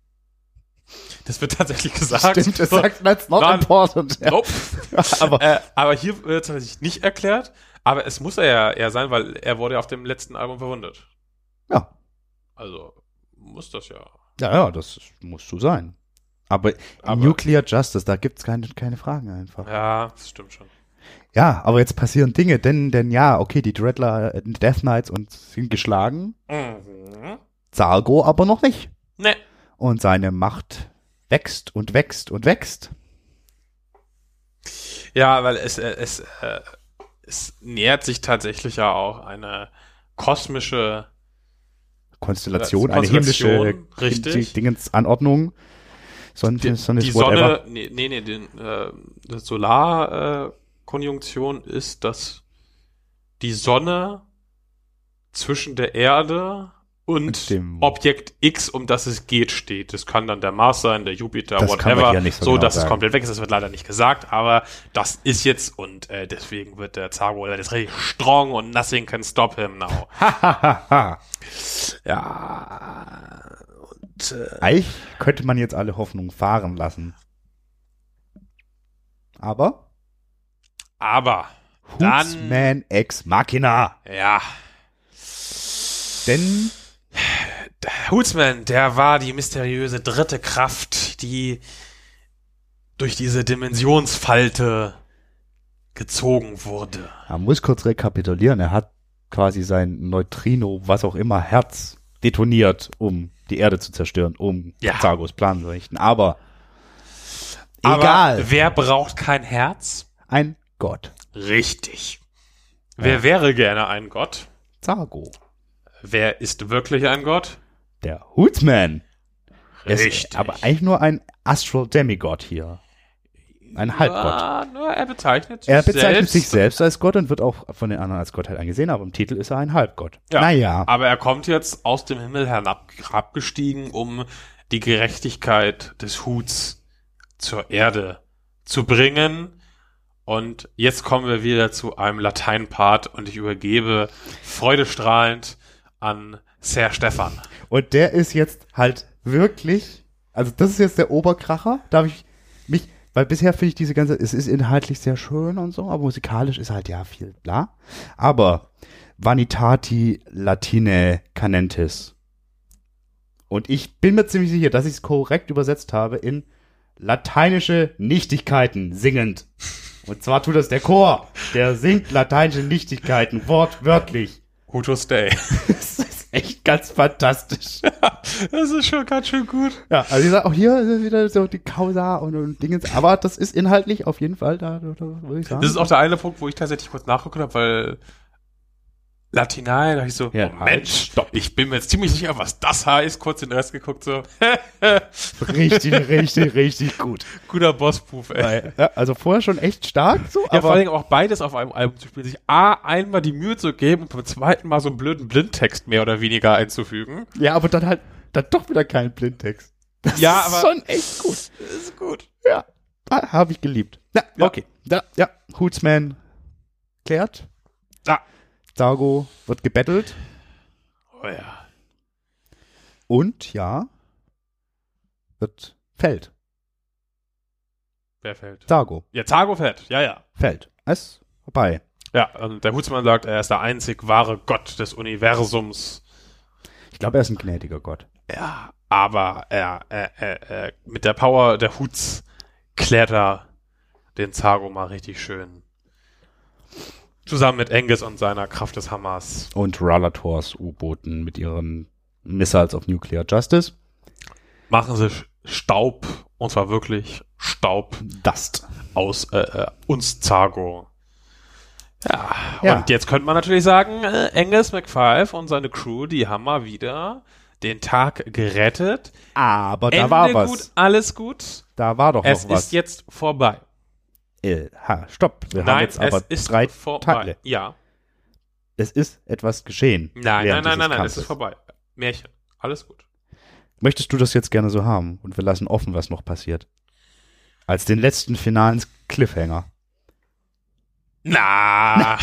[SPEAKER 2] Das wird tatsächlich gesagt. So,
[SPEAKER 3] that's not
[SPEAKER 2] Nein.
[SPEAKER 3] important. Ja.
[SPEAKER 2] Nope.
[SPEAKER 3] Aber
[SPEAKER 2] Äh, aber hier wird es tatsächlich nicht erklärt. Aber es muss er ja eher sein, weil er wurde ja auf dem letzten Album verwundet.
[SPEAKER 3] ja.
[SPEAKER 2] Also muss das ja.
[SPEAKER 3] ja, ja, das muss so sein. Aber,
[SPEAKER 2] Aber-
[SPEAKER 3] Nuclear Justice, da gibt's keine, keine Fragen einfach. Ja.
[SPEAKER 2] Ja, das stimmt schon.
[SPEAKER 3] aber jetzt passieren Dinge, denn, denn ja, okay, die Dreadler, äh, Death Knights und sind geschlagen,
[SPEAKER 2] Mhm.
[SPEAKER 3] Zargo aber noch nicht.
[SPEAKER 2] Ne.
[SPEAKER 3] Und seine Macht wächst und wächst und wächst.
[SPEAKER 2] Ja, weil es, äh, es, äh, es nähert sich tatsächlich ja auch eine kosmische.
[SPEAKER 3] Konstellation,
[SPEAKER 2] Das-
[SPEAKER 3] eine
[SPEAKER 2] Konstellation,
[SPEAKER 3] himmlische
[SPEAKER 2] richtig.
[SPEAKER 3] Dingens Anordnung. Son
[SPEAKER 2] Die,
[SPEAKER 3] Sonne
[SPEAKER 2] die
[SPEAKER 3] ist whatever.
[SPEAKER 2] Sonne, nee, nee, nee den, äh, die Solarkonjunktion äh, ist, dass die Sonne zwischen der Erde und
[SPEAKER 3] Und dem-
[SPEAKER 2] Objekt X, um das es geht, steht. Das kann dann der Mars sein, der Jupiter,
[SPEAKER 3] Das kann man
[SPEAKER 2] whatever.
[SPEAKER 3] hier nicht so
[SPEAKER 2] so,
[SPEAKER 3] genau
[SPEAKER 2] dass es
[SPEAKER 3] sagen.
[SPEAKER 2] komplett weg ist, das wird leider nicht gesagt, aber das ist jetzt und äh, deswegen wird der Zago leider jetzt richtig strong und nothing can stop him now.
[SPEAKER 3] Hahaha.
[SPEAKER 2] Ja. Und äh,
[SPEAKER 3] Eigentlich könnte man jetzt alle Hoffnungen fahren lassen. Aber
[SPEAKER 2] aber Dann-
[SPEAKER 3] Hootsman Ex Machina.
[SPEAKER 2] ja.
[SPEAKER 3] Denn
[SPEAKER 2] Hootsman, der war die mysteriöse dritte Kraft, die durch diese Dimensionsfalte gezogen wurde.
[SPEAKER 3] man muss kurz rekapitulieren, er hat quasi sein Neutrino, was auch immer, Herz detoniert, um die Erde zu zerstören, um
[SPEAKER 2] Ja.
[SPEAKER 3] Zargos Plan zu richten. Aber Egal.
[SPEAKER 2] Aber wer braucht kein Herz?
[SPEAKER 3] Ein Gott.
[SPEAKER 2] Richtig. Wer wäre gerne ein Gott?
[SPEAKER 3] Zago.
[SPEAKER 2] Wer ist wirklich ein Gott?
[SPEAKER 3] Der Hootsman. Er Ist
[SPEAKER 2] Richtig.
[SPEAKER 3] aber eigentlich nur ein Astral Demigod hier. Ein Halbgott.
[SPEAKER 2] Ah, nur er bezeichnet sich
[SPEAKER 3] Er bezeichnet
[SPEAKER 2] selbst.
[SPEAKER 3] sich selbst als Gott und wird auch von den anderen als Gottheit angesehen, aber im Titel ist er ein Halbgott.
[SPEAKER 2] Ja.
[SPEAKER 3] Naja.
[SPEAKER 2] Aber er kommt jetzt aus dem Himmel herab- herabgestiegen, um die Gerechtigkeit des Huts zur Erde zu bringen. Und jetzt kommen wir wieder zu einem Latein-Part und ich übergebe freudestrahlend an Ser Stefan.
[SPEAKER 3] Und der ist jetzt halt wirklich, also das ist jetzt der Oberkracher. Darf ich mich, weil bisher finde ich diese ganze, es ist inhaltlich sehr schön und so, aber musikalisch ist halt ja viel bla. Aber Vanitati Latine Canentis. Und ich bin mir ziemlich sicher, dass ich es korrekt übersetzt habe in lateinische Nichtigkeiten singend. Und zwar tut das der Chor. Der singt lateinische Nichtigkeiten wortwörtlich.
[SPEAKER 2] Hutus Day.
[SPEAKER 3] Das ist echt ganz fantastisch.
[SPEAKER 2] Das ist schon ganz schön gut.
[SPEAKER 3] Ja, also ich sag, auch hier ist wieder so die Causa und, und Dingens, aber das ist inhaltlich auf jeden Fall da, da, da würde ich sagen.
[SPEAKER 2] Das ist auch der eine Punkt, wo ich tatsächlich kurz nachgeguckt habe, weil Latinae, da dachte ich so,
[SPEAKER 3] Ja,
[SPEAKER 2] oh
[SPEAKER 3] halt,
[SPEAKER 2] Mensch, ich bin mir jetzt ziemlich sicher, was das heißt. Kurz den Rest geguckt, so,
[SPEAKER 3] richtig, richtig, richtig gut.
[SPEAKER 2] guter Boss-Proof, ey.
[SPEAKER 3] Ja, also vorher schon echt stark so,
[SPEAKER 2] Ja,
[SPEAKER 3] aber
[SPEAKER 2] vor allem auch beides auf einem Album zu spielen, sich A, einmal die Mühe zu geben und beim zweiten Mal so einen blöden Blindtext mehr oder weniger einzufügen.
[SPEAKER 3] ja, aber dann halt dann doch wieder kein Blindtext. Das
[SPEAKER 2] Ja,
[SPEAKER 3] ist
[SPEAKER 2] aber-
[SPEAKER 3] schon echt gut.
[SPEAKER 2] Ist gut.
[SPEAKER 3] Ja, ah, habe ich geliebt. Na,
[SPEAKER 2] Ja.
[SPEAKER 3] okay. Da, ja, Hootsman klärt.
[SPEAKER 2] Ja.
[SPEAKER 3] Dago wird gebettelt
[SPEAKER 2] Oh ja.
[SPEAKER 3] und ja, wird fällt.
[SPEAKER 2] Wer fällt?
[SPEAKER 3] Dago
[SPEAKER 2] Ja, Tago fällt. Ja, ja.
[SPEAKER 3] fällt. Es vorbei.
[SPEAKER 2] Ja, und der Hutzmann sagt, er ist der einzig wahre Gott des Universums.
[SPEAKER 3] Ich glaube, er ist ein gnädiger Gott.
[SPEAKER 2] Ja, aber er, äh, äh, äh, mit der Power der Huts klärt er den Zago mal richtig schön. Zusammen mit Engels und seiner Kraft des Hammers.
[SPEAKER 3] Und Ralators U-Booten mit ihren Missiles of Nuclear Justice.
[SPEAKER 2] Machen sie Sch- Staub, und zwar wirklich Staub
[SPEAKER 3] Dust.
[SPEAKER 2] aus äh, äh, uns Zago. Ja,
[SPEAKER 3] Ja.
[SPEAKER 2] und jetzt könnte man natürlich sagen, äh, Angus McFive und seine Crew, die haben mal wieder den Tag gerettet.
[SPEAKER 3] Aber da
[SPEAKER 2] Ende
[SPEAKER 3] war
[SPEAKER 2] gut,
[SPEAKER 3] was.
[SPEAKER 2] alles gut.
[SPEAKER 3] Da war doch
[SPEAKER 2] Es
[SPEAKER 3] noch was.
[SPEAKER 2] ist jetzt vorbei.
[SPEAKER 3] äh, ha, stopp. Wir haben
[SPEAKER 2] Nein,
[SPEAKER 3] jetzt aber
[SPEAKER 2] es ist
[SPEAKER 3] drei
[SPEAKER 2] vorbei.
[SPEAKER 3] Teile.
[SPEAKER 2] Ja.
[SPEAKER 3] Es ist etwas geschehen.
[SPEAKER 2] Nein, nein,
[SPEAKER 3] während
[SPEAKER 2] nein, nein,
[SPEAKER 3] dieses
[SPEAKER 2] nein, es ist
[SPEAKER 3] Kampfes.
[SPEAKER 2] vorbei. Märchen. Alles gut.
[SPEAKER 3] Möchtest du das jetzt gerne so haben? Und wir lassen offen, was noch passiert. Als den letzten finalen Cliffhanger.
[SPEAKER 2] Na.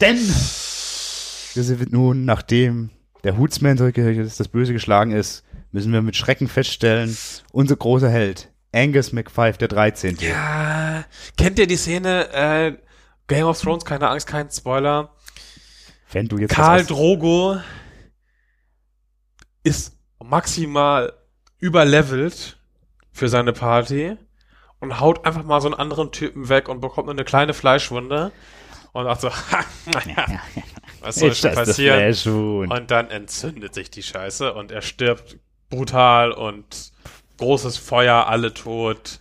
[SPEAKER 3] Denn wir sind nun, nachdem der Hootsman zurückgekehrt ist, das Böse geschlagen ist, müssen wir mit Schrecken feststellen, unser großer Held, Angus McFive, der 13.
[SPEAKER 2] ja. Kennt ihr die Szene äh, Game of Thrones? Keine Angst, kein Spoiler.
[SPEAKER 3] Wenn du jetzt
[SPEAKER 2] Karl
[SPEAKER 3] was hast-
[SPEAKER 2] Drogo ist maximal überlevelt für seine Party und haut einfach mal so einen anderen Typen weg und bekommt nur eine kleine Fleischwunde und sagt so, ha, naja, was soll
[SPEAKER 3] ist
[SPEAKER 2] schon
[SPEAKER 3] das das
[SPEAKER 2] passieren? Oh,
[SPEAKER 3] Flashwound.
[SPEAKER 2] Und dann entzündet sich die Scheiße und er stirbt brutal und großes Feuer, alle tot.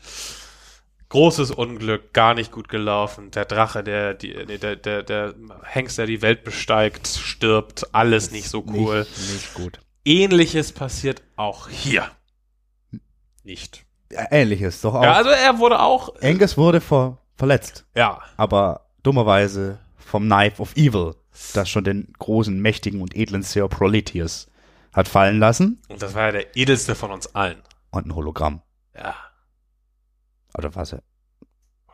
[SPEAKER 2] Großes Unglück, gar nicht gut gelaufen. Der Drache, der, die, nee, der, der, der Hengst, der die Welt besteigt, stirbt. Alles nicht so cool.
[SPEAKER 3] Nicht, nicht gut.
[SPEAKER 2] Ähnliches passiert auch hier. Nicht.
[SPEAKER 3] Ja, Ähnliches, doch auch.
[SPEAKER 2] Ja, also er wurde auch,
[SPEAKER 3] Angus wurde ver verletzt,
[SPEAKER 2] ja,
[SPEAKER 3] aber dummerweise vom Knife of Evil, das schon den großen, mächtigen und edlen Sir Proletius hat fallen lassen
[SPEAKER 2] und das war ja der edelste von uns allen.
[SPEAKER 3] und ein Hologramm.
[SPEAKER 2] Ja.
[SPEAKER 3] Oder was?
[SPEAKER 2] Oder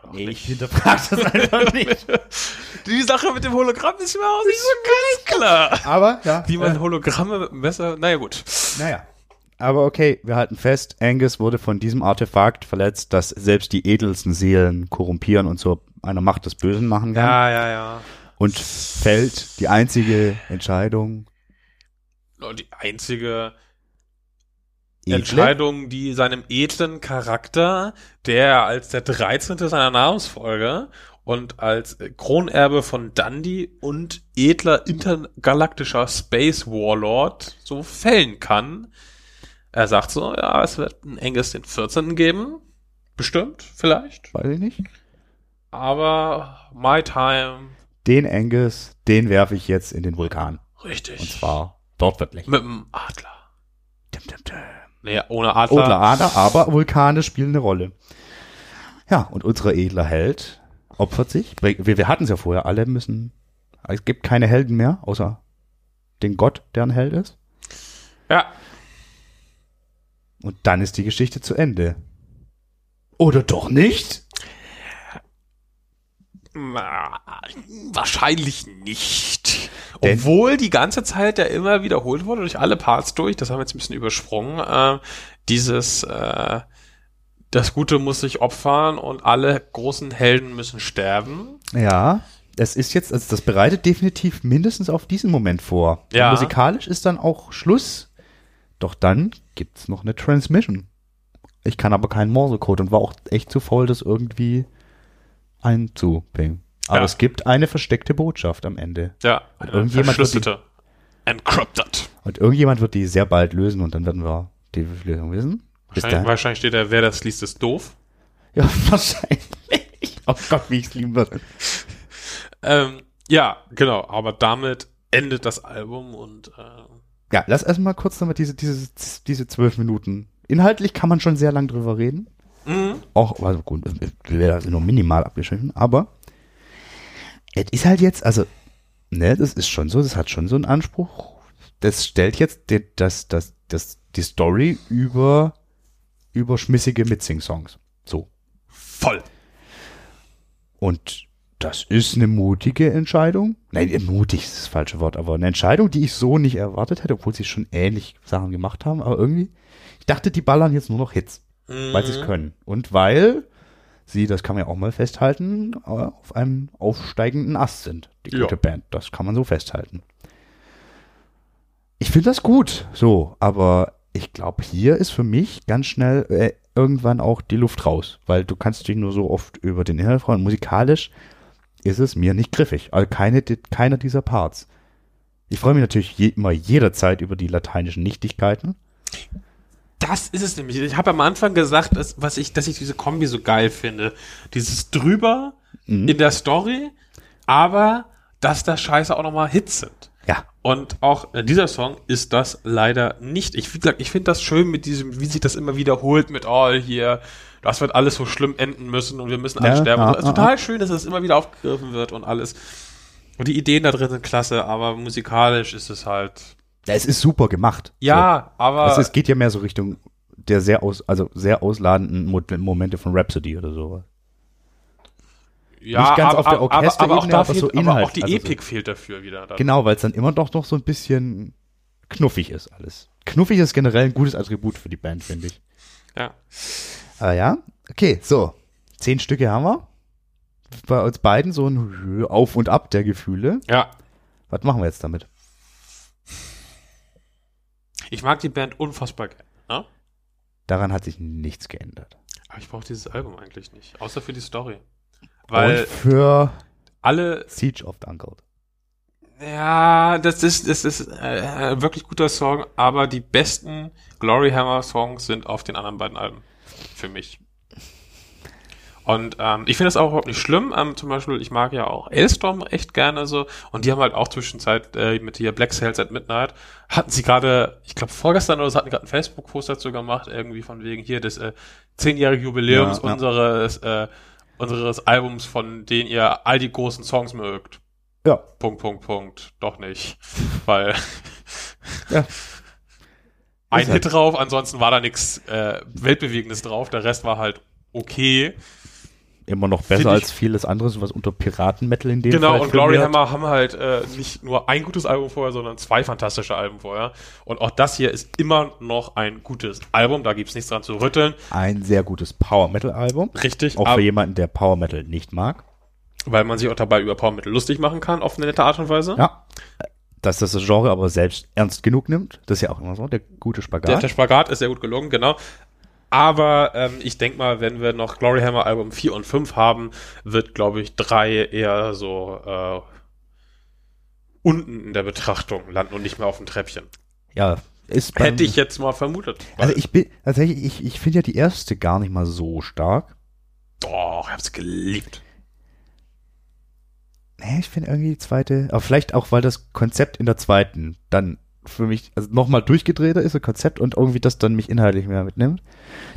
[SPEAKER 2] auch
[SPEAKER 3] Nee,
[SPEAKER 2] nicht.
[SPEAKER 3] ich hinterfrage das einfach nicht.
[SPEAKER 2] Die Sache mit dem Hologramm ist mir auch nicht so ganz klar.
[SPEAKER 3] Aber, ja.
[SPEAKER 2] Wie man Hologramme mit dem Messer. Naja, gut.
[SPEAKER 3] Naja. Aber okay, wir halten fest, Angus wurde von diesem Artefakt verletzt, das selbst die edelsten Seelen korrumpieren und zu einer Macht des Bösen machen kann.
[SPEAKER 2] ja, ja.
[SPEAKER 3] Und fällt die einzige Entscheidung.
[SPEAKER 2] Und Genau, die einzige
[SPEAKER 3] edle.
[SPEAKER 2] Entscheidung, die seinem edlen Charakter, der als der 13. seiner Namensfolge und als äh, Kronerbe von Dundee und edler intergalaktischer Space Warlord so fällen kann, Er sagt so, ja, es wird ein enges den 14. geben. Bestimmt, vielleicht.
[SPEAKER 3] Weiß ich nicht.
[SPEAKER 2] Aber my time,
[SPEAKER 3] Den Angus, den werfe ich jetzt in den Vulkan.
[SPEAKER 2] richtig.
[SPEAKER 3] Und zwar wortwörtlich.
[SPEAKER 2] mit dem Adler.
[SPEAKER 3] Dim, dim, dim.
[SPEAKER 2] Nee, ohne Adler.
[SPEAKER 3] Odler Ader, aber Vulkane spielen eine Rolle. Ja, und unser edler Held opfert sich. bringt- Wir, wir hatten es ja vorher, alle müssen. Es gibt keine Helden mehr, außer den Gott, der ein Held ist.
[SPEAKER 2] Ja,
[SPEAKER 3] Und dann ist die Geschichte zu Ende. Oder doch nicht?
[SPEAKER 2] Na, Wahrscheinlich nicht.
[SPEAKER 3] Denn-
[SPEAKER 2] Obwohl die ganze Zeit ja immer wiederholt wurde, durch alle Parts durch, das haben wir jetzt ein bisschen übersprungen, äh, dieses, äh, das Gute muss sich opfern und alle großen Helden müssen sterben.
[SPEAKER 3] Ja, es ist jetzt, also das bereitet definitiv mindestens auf diesen Moment vor.
[SPEAKER 2] Ja.
[SPEAKER 3] Und Musikalisch ist dann auch Schluss. Doch dann gibt's noch eine Transmission. Ich kann aber keinen Morsecode und war auch echt zu faul, das irgendwie einzubringen. Aber
[SPEAKER 2] Ja.
[SPEAKER 3] es gibt eine versteckte Botschaft am Ende.
[SPEAKER 2] Ja,
[SPEAKER 3] Und irgendjemand wird die-
[SPEAKER 2] verschlüsselte. Encrypted.
[SPEAKER 3] Und irgendjemand wird die sehr bald lösen und dann werden wir die Lösung wissen. Bis
[SPEAKER 2] Wahrscheinlich,
[SPEAKER 3] dann.
[SPEAKER 2] wahrscheinlich steht da, wer das liest, ist doof.
[SPEAKER 3] Ja, wahrscheinlich. Oh Gott, wie ich's lieben würde.
[SPEAKER 2] Ähm, ja, genau, aber damit endet das Album und äh,
[SPEAKER 3] Ja, lass erstmal kurz nochmal diese, diese, diese zwölf Minuten. Inhaltlich kann man schon sehr lang drüber reden.
[SPEAKER 2] mhm.
[SPEAKER 3] auch, also gut, wäre nur minimal abgeschnitten, aber es ist halt jetzt, also, ne, das ist schon so, das hat schon so einen Anspruch. Das stellt jetzt die, das, das, das, die Story über, über schmissige Mitsing-Songs. So.
[SPEAKER 2] voll.
[SPEAKER 3] Und das ist eine mutige Entscheidung. Nein, mutig ist das falsche Wort, aber eine Entscheidung, die ich so nicht erwartet hätte, obwohl sie schon ähnlich Sachen gemacht haben, aber irgendwie, ich dachte, die ballern jetzt nur noch Hits weil
[SPEAKER 2] Mhm.
[SPEAKER 3] sie es können. Und weil sie, das kann man ja auch mal festhalten, äh, auf einem aufsteigenden Ast sind. Die
[SPEAKER 2] Ja.
[SPEAKER 3] gute Band, das kann man so festhalten. Ich finde das gut, so, aber ich glaube, hier ist für mich ganz schnell äh, irgendwann auch die Luft raus, weil du kannst dich nur so oft über den Inhalt freuen. Musikalisch ist es mir nicht griffig, also keine, di- keiner dieser Parts. Ich freue mich natürlich je, immer jederzeit über die lateinischen Nichtigkeiten.
[SPEAKER 2] Das ist es nämlich. Ich habe am Anfang gesagt, dass, was ich, dass ich diese Kombi so geil finde. Dieses drüber
[SPEAKER 3] Hm?
[SPEAKER 2] in der Story, aber dass da scheiße auch nochmal Hits sind.
[SPEAKER 3] Ja,
[SPEAKER 2] Und auch äh, dieser Song ist das leider nicht. Ich, wie gesagt, ich finde das schön mit diesem, wie sich das immer wiederholt mit, oh, hier, das wird alles so schlimm enden müssen und wir müssen alle
[SPEAKER 3] Ja,
[SPEAKER 2] sterben.
[SPEAKER 3] ja,
[SPEAKER 2] Also, es ist
[SPEAKER 3] ja,
[SPEAKER 2] total schön, dass es immer wieder aufgegriffen wird und alles. Und die Ideen da drin sind klasse, aber musikalisch ist es halt.
[SPEAKER 3] Ja, es ist super gemacht. So.
[SPEAKER 2] Ja, aber.
[SPEAKER 3] Also es geht ja mehr so Richtung der sehr aus, also sehr ausladenden Mo Momente von Rhapsody oder sowas.
[SPEAKER 2] Ja,
[SPEAKER 3] Nicht ganz
[SPEAKER 2] aber,
[SPEAKER 3] auf der
[SPEAKER 2] aber- aber, aber auch
[SPEAKER 3] Orchesterebene,
[SPEAKER 2] da
[SPEAKER 3] aber
[SPEAKER 2] fehlt,
[SPEAKER 3] so
[SPEAKER 2] aber auch
[SPEAKER 3] Inhalt,
[SPEAKER 2] die
[SPEAKER 3] also so-
[SPEAKER 2] Epik fehlt dafür wieder. Dann.
[SPEAKER 3] Genau, weil es dann immer doch noch so ein bisschen knuffig ist alles. Knuffig ist generell ein gutes Attribut für die Band, finde ich.
[SPEAKER 2] Ja.
[SPEAKER 3] Ah ja, okay, so. Zehn Stücke haben wir. Bei uns beiden so ein Auf und Ab der Gefühle.
[SPEAKER 2] ja,
[SPEAKER 3] Was machen wir jetzt damit?
[SPEAKER 2] ich mag die Band unfassbar gerne. Ne?
[SPEAKER 3] Daran hat sich nichts geändert.
[SPEAKER 2] Aber ich brauche dieses Album eigentlich nicht, außer für die Story. Weil
[SPEAKER 3] und für
[SPEAKER 2] alle,
[SPEAKER 3] Siege of the Uncle.
[SPEAKER 2] ja, das ist, das ist äh, ein wirklich guter Song, aber die besten Gloryhammer-Songs sind auf den anderen beiden Alben. Für mich. Und ähm, ich finde das auch überhaupt nicht schlimm. Ähm, zum Beispiel, ich mag ja auch Elstorm echt gerne so. Und die haben halt auch zwischenzeit äh, mit hier Black Sails at Midnight, hatten sie gerade, ich glaube vorgestern oder so, hatten gerade einen Facebook-Post dazu gemacht, irgendwie von wegen hier des äh, zehnjährigen Jubiläums
[SPEAKER 3] Ja, ja.
[SPEAKER 2] unseres äh, unseres Albums, von denen ihr all die großen Songs mögt.
[SPEAKER 3] Ja.
[SPEAKER 2] Punkt, Punkt, Punkt. Doch nicht. Weil
[SPEAKER 3] Ja.
[SPEAKER 2] ein
[SPEAKER 3] Ist halt-
[SPEAKER 2] Hit drauf, ansonsten war da nichts äh, Weltbewegendes drauf. Der Rest war halt okay.
[SPEAKER 3] Immer noch
[SPEAKER 2] Find
[SPEAKER 3] besser
[SPEAKER 2] ich-
[SPEAKER 3] als vieles anderes, was unter Piratenmetal in dem
[SPEAKER 2] Genau,
[SPEAKER 3] Fall
[SPEAKER 2] und Glory
[SPEAKER 3] firmiert.
[SPEAKER 2] Hammer haben halt äh, nicht nur ein gutes Album vorher, sondern zwei fantastische Alben vorher. Und auch das hier ist immer noch ein gutes Album, da gibt's nichts dran zu rütteln.
[SPEAKER 3] ein sehr gutes Power Metal Album.
[SPEAKER 2] Richtig,
[SPEAKER 3] Auch
[SPEAKER 2] ab,
[SPEAKER 3] für jemanden, der Power Metal nicht mag.
[SPEAKER 2] weil man sich auch dabei über Power Metal lustig machen kann, auf eine nette Art und Weise.
[SPEAKER 3] Ja. Dass das das Genre aber selbst ernst genug nimmt, das ist ja auch immer so, der
[SPEAKER 2] Der,
[SPEAKER 3] gute Spagat.
[SPEAKER 2] der Spagat ist sehr gut gelungen, genau. Aber ähm, ich denk mal, wenn wir noch Glory Hammer Album 4 und 5 haben, wird, glaube ich, 3 eher so äh, unten in der Betrachtung landen und nicht mehr auf dem Treppchen.
[SPEAKER 3] ja, ist beim-
[SPEAKER 2] Hätte ich jetzt mal vermutet.
[SPEAKER 3] Also ich bin tatsächlich, ich, ich finde ja die erste gar nicht mal so stark.
[SPEAKER 2] Doch, ich hab's geliebt.
[SPEAKER 3] Nee, ich finde irgendwie die zweite, aber vielleicht auch, weil das Konzept in der zweiten dann für mich also nochmal durchgedrehter ist, das Konzept, und irgendwie das dann mich inhaltlich mehr mitnimmt.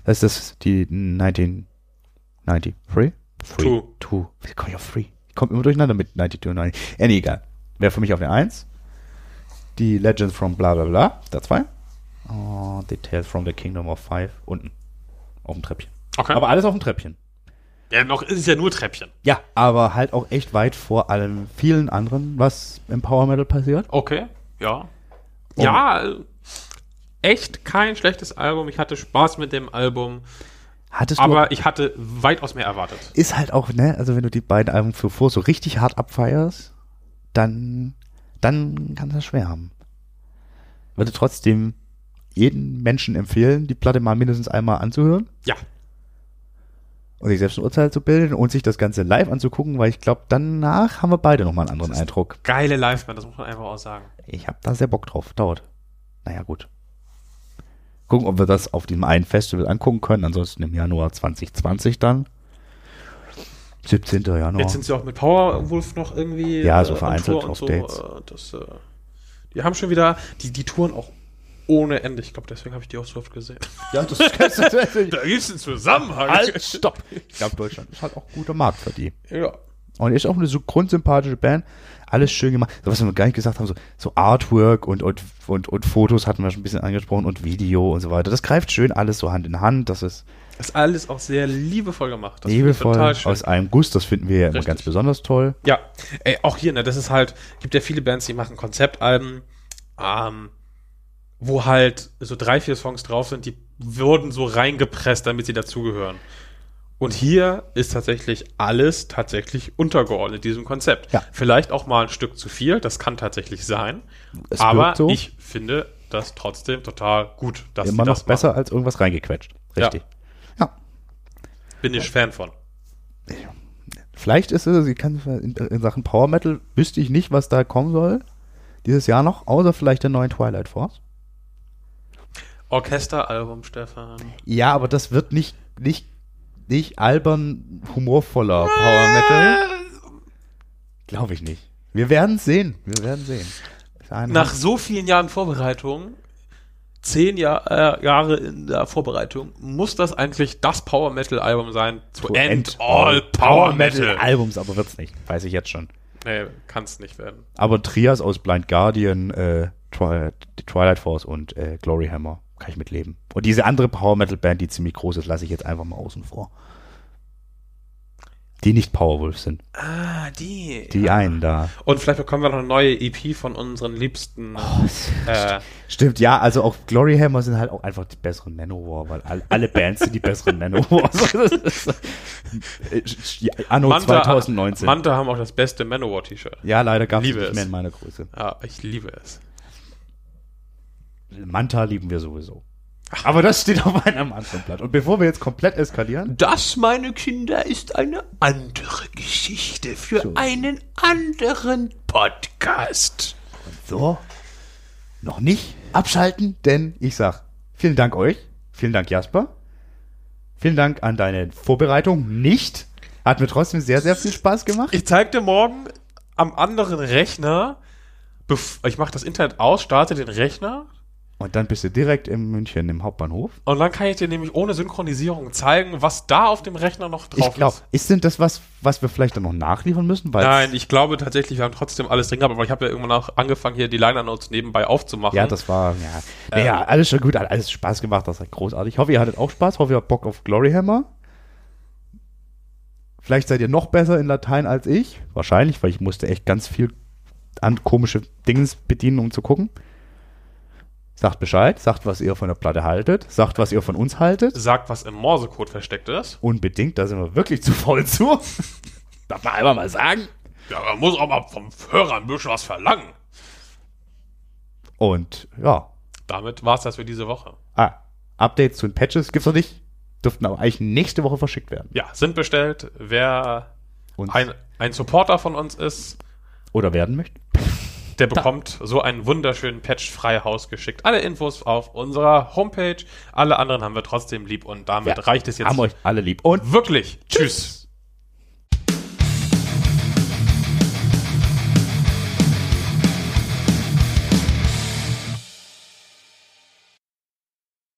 [SPEAKER 3] Das ist das, die 1993? Free? Free.
[SPEAKER 2] Two.
[SPEAKER 3] Two. Wie komme ich auf Free? Ich komme immer durcheinander mit 92 und 90. Any, egal. Wäre für mich auf der 1. Die Legend from bla bla bla, der 2. Oh, Details from the Kingdom of Five, unten. Auf dem Treppchen.
[SPEAKER 2] Okay.
[SPEAKER 3] Aber alles auf dem Treppchen.
[SPEAKER 2] ja, noch ist es ja nur Treppchen.
[SPEAKER 3] Ja, aber halt auch echt weit vor allem vielen anderen, was im Power Metal passiert.
[SPEAKER 2] Okay, ja. Ja, äh, echt kein schlechtes Album. Ich hatte Spaß mit dem Album,
[SPEAKER 3] Hattest du.
[SPEAKER 2] aber ich hatte weitaus mehr erwartet.
[SPEAKER 3] Ist halt auch, ne, also wenn du die beiden Alben zuvor so richtig hart abfeierst, dann, dann kannst du das schwer haben. Würde trotzdem jeden Menschen empfehlen, die Platte mal mindestens einmal anzuhören
[SPEAKER 2] Ja,
[SPEAKER 3] und sich selbst ein Urteil zu bilden und sich das Ganze live anzugucken, weil ich glaube, danach haben wir beide nochmal einen anderen Eindruck.
[SPEAKER 2] geile Liveband, das muss man einfach auch sagen.
[SPEAKER 3] Ich hab da sehr Bock drauf. Dauert. Naja, gut. Gucken, ob wir das auf diesem einen Festival angucken können. Ansonsten im Januar 2020 dann. 17. Januar.
[SPEAKER 2] Jetzt sind sie auch mit Powerwolf noch irgendwie.
[SPEAKER 3] Ja, so
[SPEAKER 2] on
[SPEAKER 3] vereinzelt
[SPEAKER 2] Tour und
[SPEAKER 3] auf
[SPEAKER 2] so,
[SPEAKER 3] Dates.
[SPEAKER 2] äh, Das, äh, die haben schon wieder die, die Touren auch ohne Ende. Ich glaube, deswegen habe ich die auch so oft gesehen.
[SPEAKER 3] ja, das kannst du tatsächlich.
[SPEAKER 2] Da gibt's einen Zusammenhang.
[SPEAKER 3] Halt, stopp. Ich glaube, Deutschland ist halt auch ein guter Markt für die.
[SPEAKER 2] Ja.
[SPEAKER 3] Und ist auch eine so grundsympathische Band. Alles schön gemacht. So, was wir gar nicht gesagt haben, so, so Artwork und, und, und, und Fotos hatten wir schon ein bisschen angesprochen und Video und so weiter. Das greift schön alles so Hand in Hand. Das ist
[SPEAKER 2] Ist alles auch sehr liebevoll gemacht. Das finde ich
[SPEAKER 3] Nebelvoll
[SPEAKER 2] Total schön.
[SPEAKER 3] aus einem Guss, das finden wir ja immer
[SPEAKER 2] Richtig.
[SPEAKER 3] ganz besonders toll.
[SPEAKER 2] Ja, ey, auch hier, ne, das ist halt, gibt ja viele Bands, die machen Konzeptalben, ähm, wo halt so drei, vier Songs drauf sind, die wurden so reingepresst, damit sie dazugehören. Und hier ist tatsächlich alles tatsächlich untergeordnet diesem Konzept.
[SPEAKER 3] Ja.
[SPEAKER 2] Vielleicht auch mal ein Stück zu viel, das kann tatsächlich sein.
[SPEAKER 3] Es
[SPEAKER 2] aber
[SPEAKER 3] wirkt so.
[SPEAKER 2] ich finde das trotzdem total gut, dass
[SPEAKER 3] Immer
[SPEAKER 2] die
[SPEAKER 3] noch
[SPEAKER 2] das
[SPEAKER 3] besser als irgendwas reingequetscht.
[SPEAKER 2] Ja.
[SPEAKER 3] Richtig. Ja.
[SPEAKER 2] machen. Bin ich Fan von.
[SPEAKER 3] Vielleicht ist es, ich kann in, in Sachen Power Metal wüsste ich nicht, was da kommen soll. Dieses Jahr noch, außer vielleicht der neuen Twilight Force.
[SPEAKER 2] Orchesteralbum, Stefan.
[SPEAKER 3] Ja, aber das wird nicht, nicht, nicht albern, humorvoller Power Metal. Glaube ich nicht. Wir werden sehen. Wir werden sehen.
[SPEAKER 2] Mhm. Nach so vielen Jahren Vorbereitung, zehn Jahr, äh, Jahre in der Vorbereitung, muss das eigentlich das Power Metal Album sein? To, end, all Power Metal.
[SPEAKER 3] Albums, aber wird's nicht. Weiß ich jetzt schon.
[SPEAKER 2] Nee, kann es nicht werden.
[SPEAKER 3] Aber Trias aus Blind Guardian, äh, Twilight, die Twilight Force und äh, Glory Hammer kann ich mitleben. Und diese andere Power Metal Band, die ziemlich groß ist, lasse ich jetzt einfach mal außen vor. Die nicht Powerwolves sind.
[SPEAKER 2] Ah, die.
[SPEAKER 3] Die einen da.
[SPEAKER 2] Und vielleicht bekommen wir noch eine neue EP von unseren liebsten. äh,
[SPEAKER 3] Stimmt, ja, also auch Glory Hammer sind halt auch einfach die besseren Manowar, weil all, alle Bands sind die besseren Manowar. Das ist- äh, sch- ja, Anno
[SPEAKER 2] Manta-
[SPEAKER 3] 2019.
[SPEAKER 2] Manta haben auch das beste Manowar-T-Shirt.
[SPEAKER 3] ja, leider gab es
[SPEAKER 2] Liebe
[SPEAKER 3] nicht mehr
[SPEAKER 2] es.
[SPEAKER 3] in meiner Größe.
[SPEAKER 2] Ja, ich liebe es.
[SPEAKER 3] Manta lieben wir sowieso. Aber das steht auf einem anderen Blatt. Und bevor wir jetzt komplett eskalieren,
[SPEAKER 4] Das, meine Kinder, ist eine andere Geschichte für einen anderen Podcast.
[SPEAKER 3] So, noch nicht abschalten, denn ich sag vielen Dank euch, vielen Dank Jasper, vielen Dank an deine Vorbereitung nicht. Hat mir trotzdem sehr, sehr viel Spaß gemacht.
[SPEAKER 2] Ich zeig dir morgen am anderen Rechner, bef- ich mache das Internet aus, starte den Rechner,
[SPEAKER 3] Und dann bist du direkt in München im Hauptbahnhof.
[SPEAKER 2] Und dann kann ich dir nämlich ohne Synchronisierung zeigen, was da auf dem Rechner noch drauf
[SPEAKER 3] Ich glaube,
[SPEAKER 2] ist.
[SPEAKER 3] ist denn das was, was wir vielleicht dann noch nachliefern müssen? Weil
[SPEAKER 2] Nein, ich glaube tatsächlich, wir haben trotzdem alles drin gehabt, aber ich habe ja irgendwann auch angefangen, hier die Liner Notes nebenbei aufzumachen.
[SPEAKER 3] ja, das war, ja, naja, alles schon gut, hat alles Spaß gemacht, das hat großartig. Ich hoffe, ihr hattet auch Spaß, hoffe, ihr habt Bock auf Gloryhammer. Vielleicht seid ihr noch besser in Latein als ich. Wahrscheinlich, weil ich musste echt ganz viel an komische Dings bedienen, um zu gucken. Sagt Bescheid, sagt, was ihr von der Platte haltet, sagt, was ihr von uns haltet.
[SPEAKER 2] sagt, was im Morsecode versteckt ist.
[SPEAKER 3] Unbedingt, da sind wir wirklich zu voll zu. Darf man einmal mal sagen.
[SPEAKER 2] Ja, man muss auch mal vom Hörer ein bisschen was verlangen.
[SPEAKER 3] Und ja,
[SPEAKER 2] Damit war's das für diese Woche.
[SPEAKER 3] ah, Updates zu den Patches gibt's noch nicht. Dürften aber eigentlich nächste Woche verschickt werden.
[SPEAKER 2] Ja, sind bestellt. Wer
[SPEAKER 3] Und
[SPEAKER 2] ein, ein Supporter von uns ist,
[SPEAKER 3] oder werden möchte.
[SPEAKER 2] Der bekommt so einen wunderschönen Patch frei Haus geschickt. Alle Infos auf unserer Homepage. Alle anderen haben wir trotzdem lieb und damit reicht es jetzt.
[SPEAKER 3] Haben euch alle lieb. Und
[SPEAKER 2] Wirklich. Tschüss.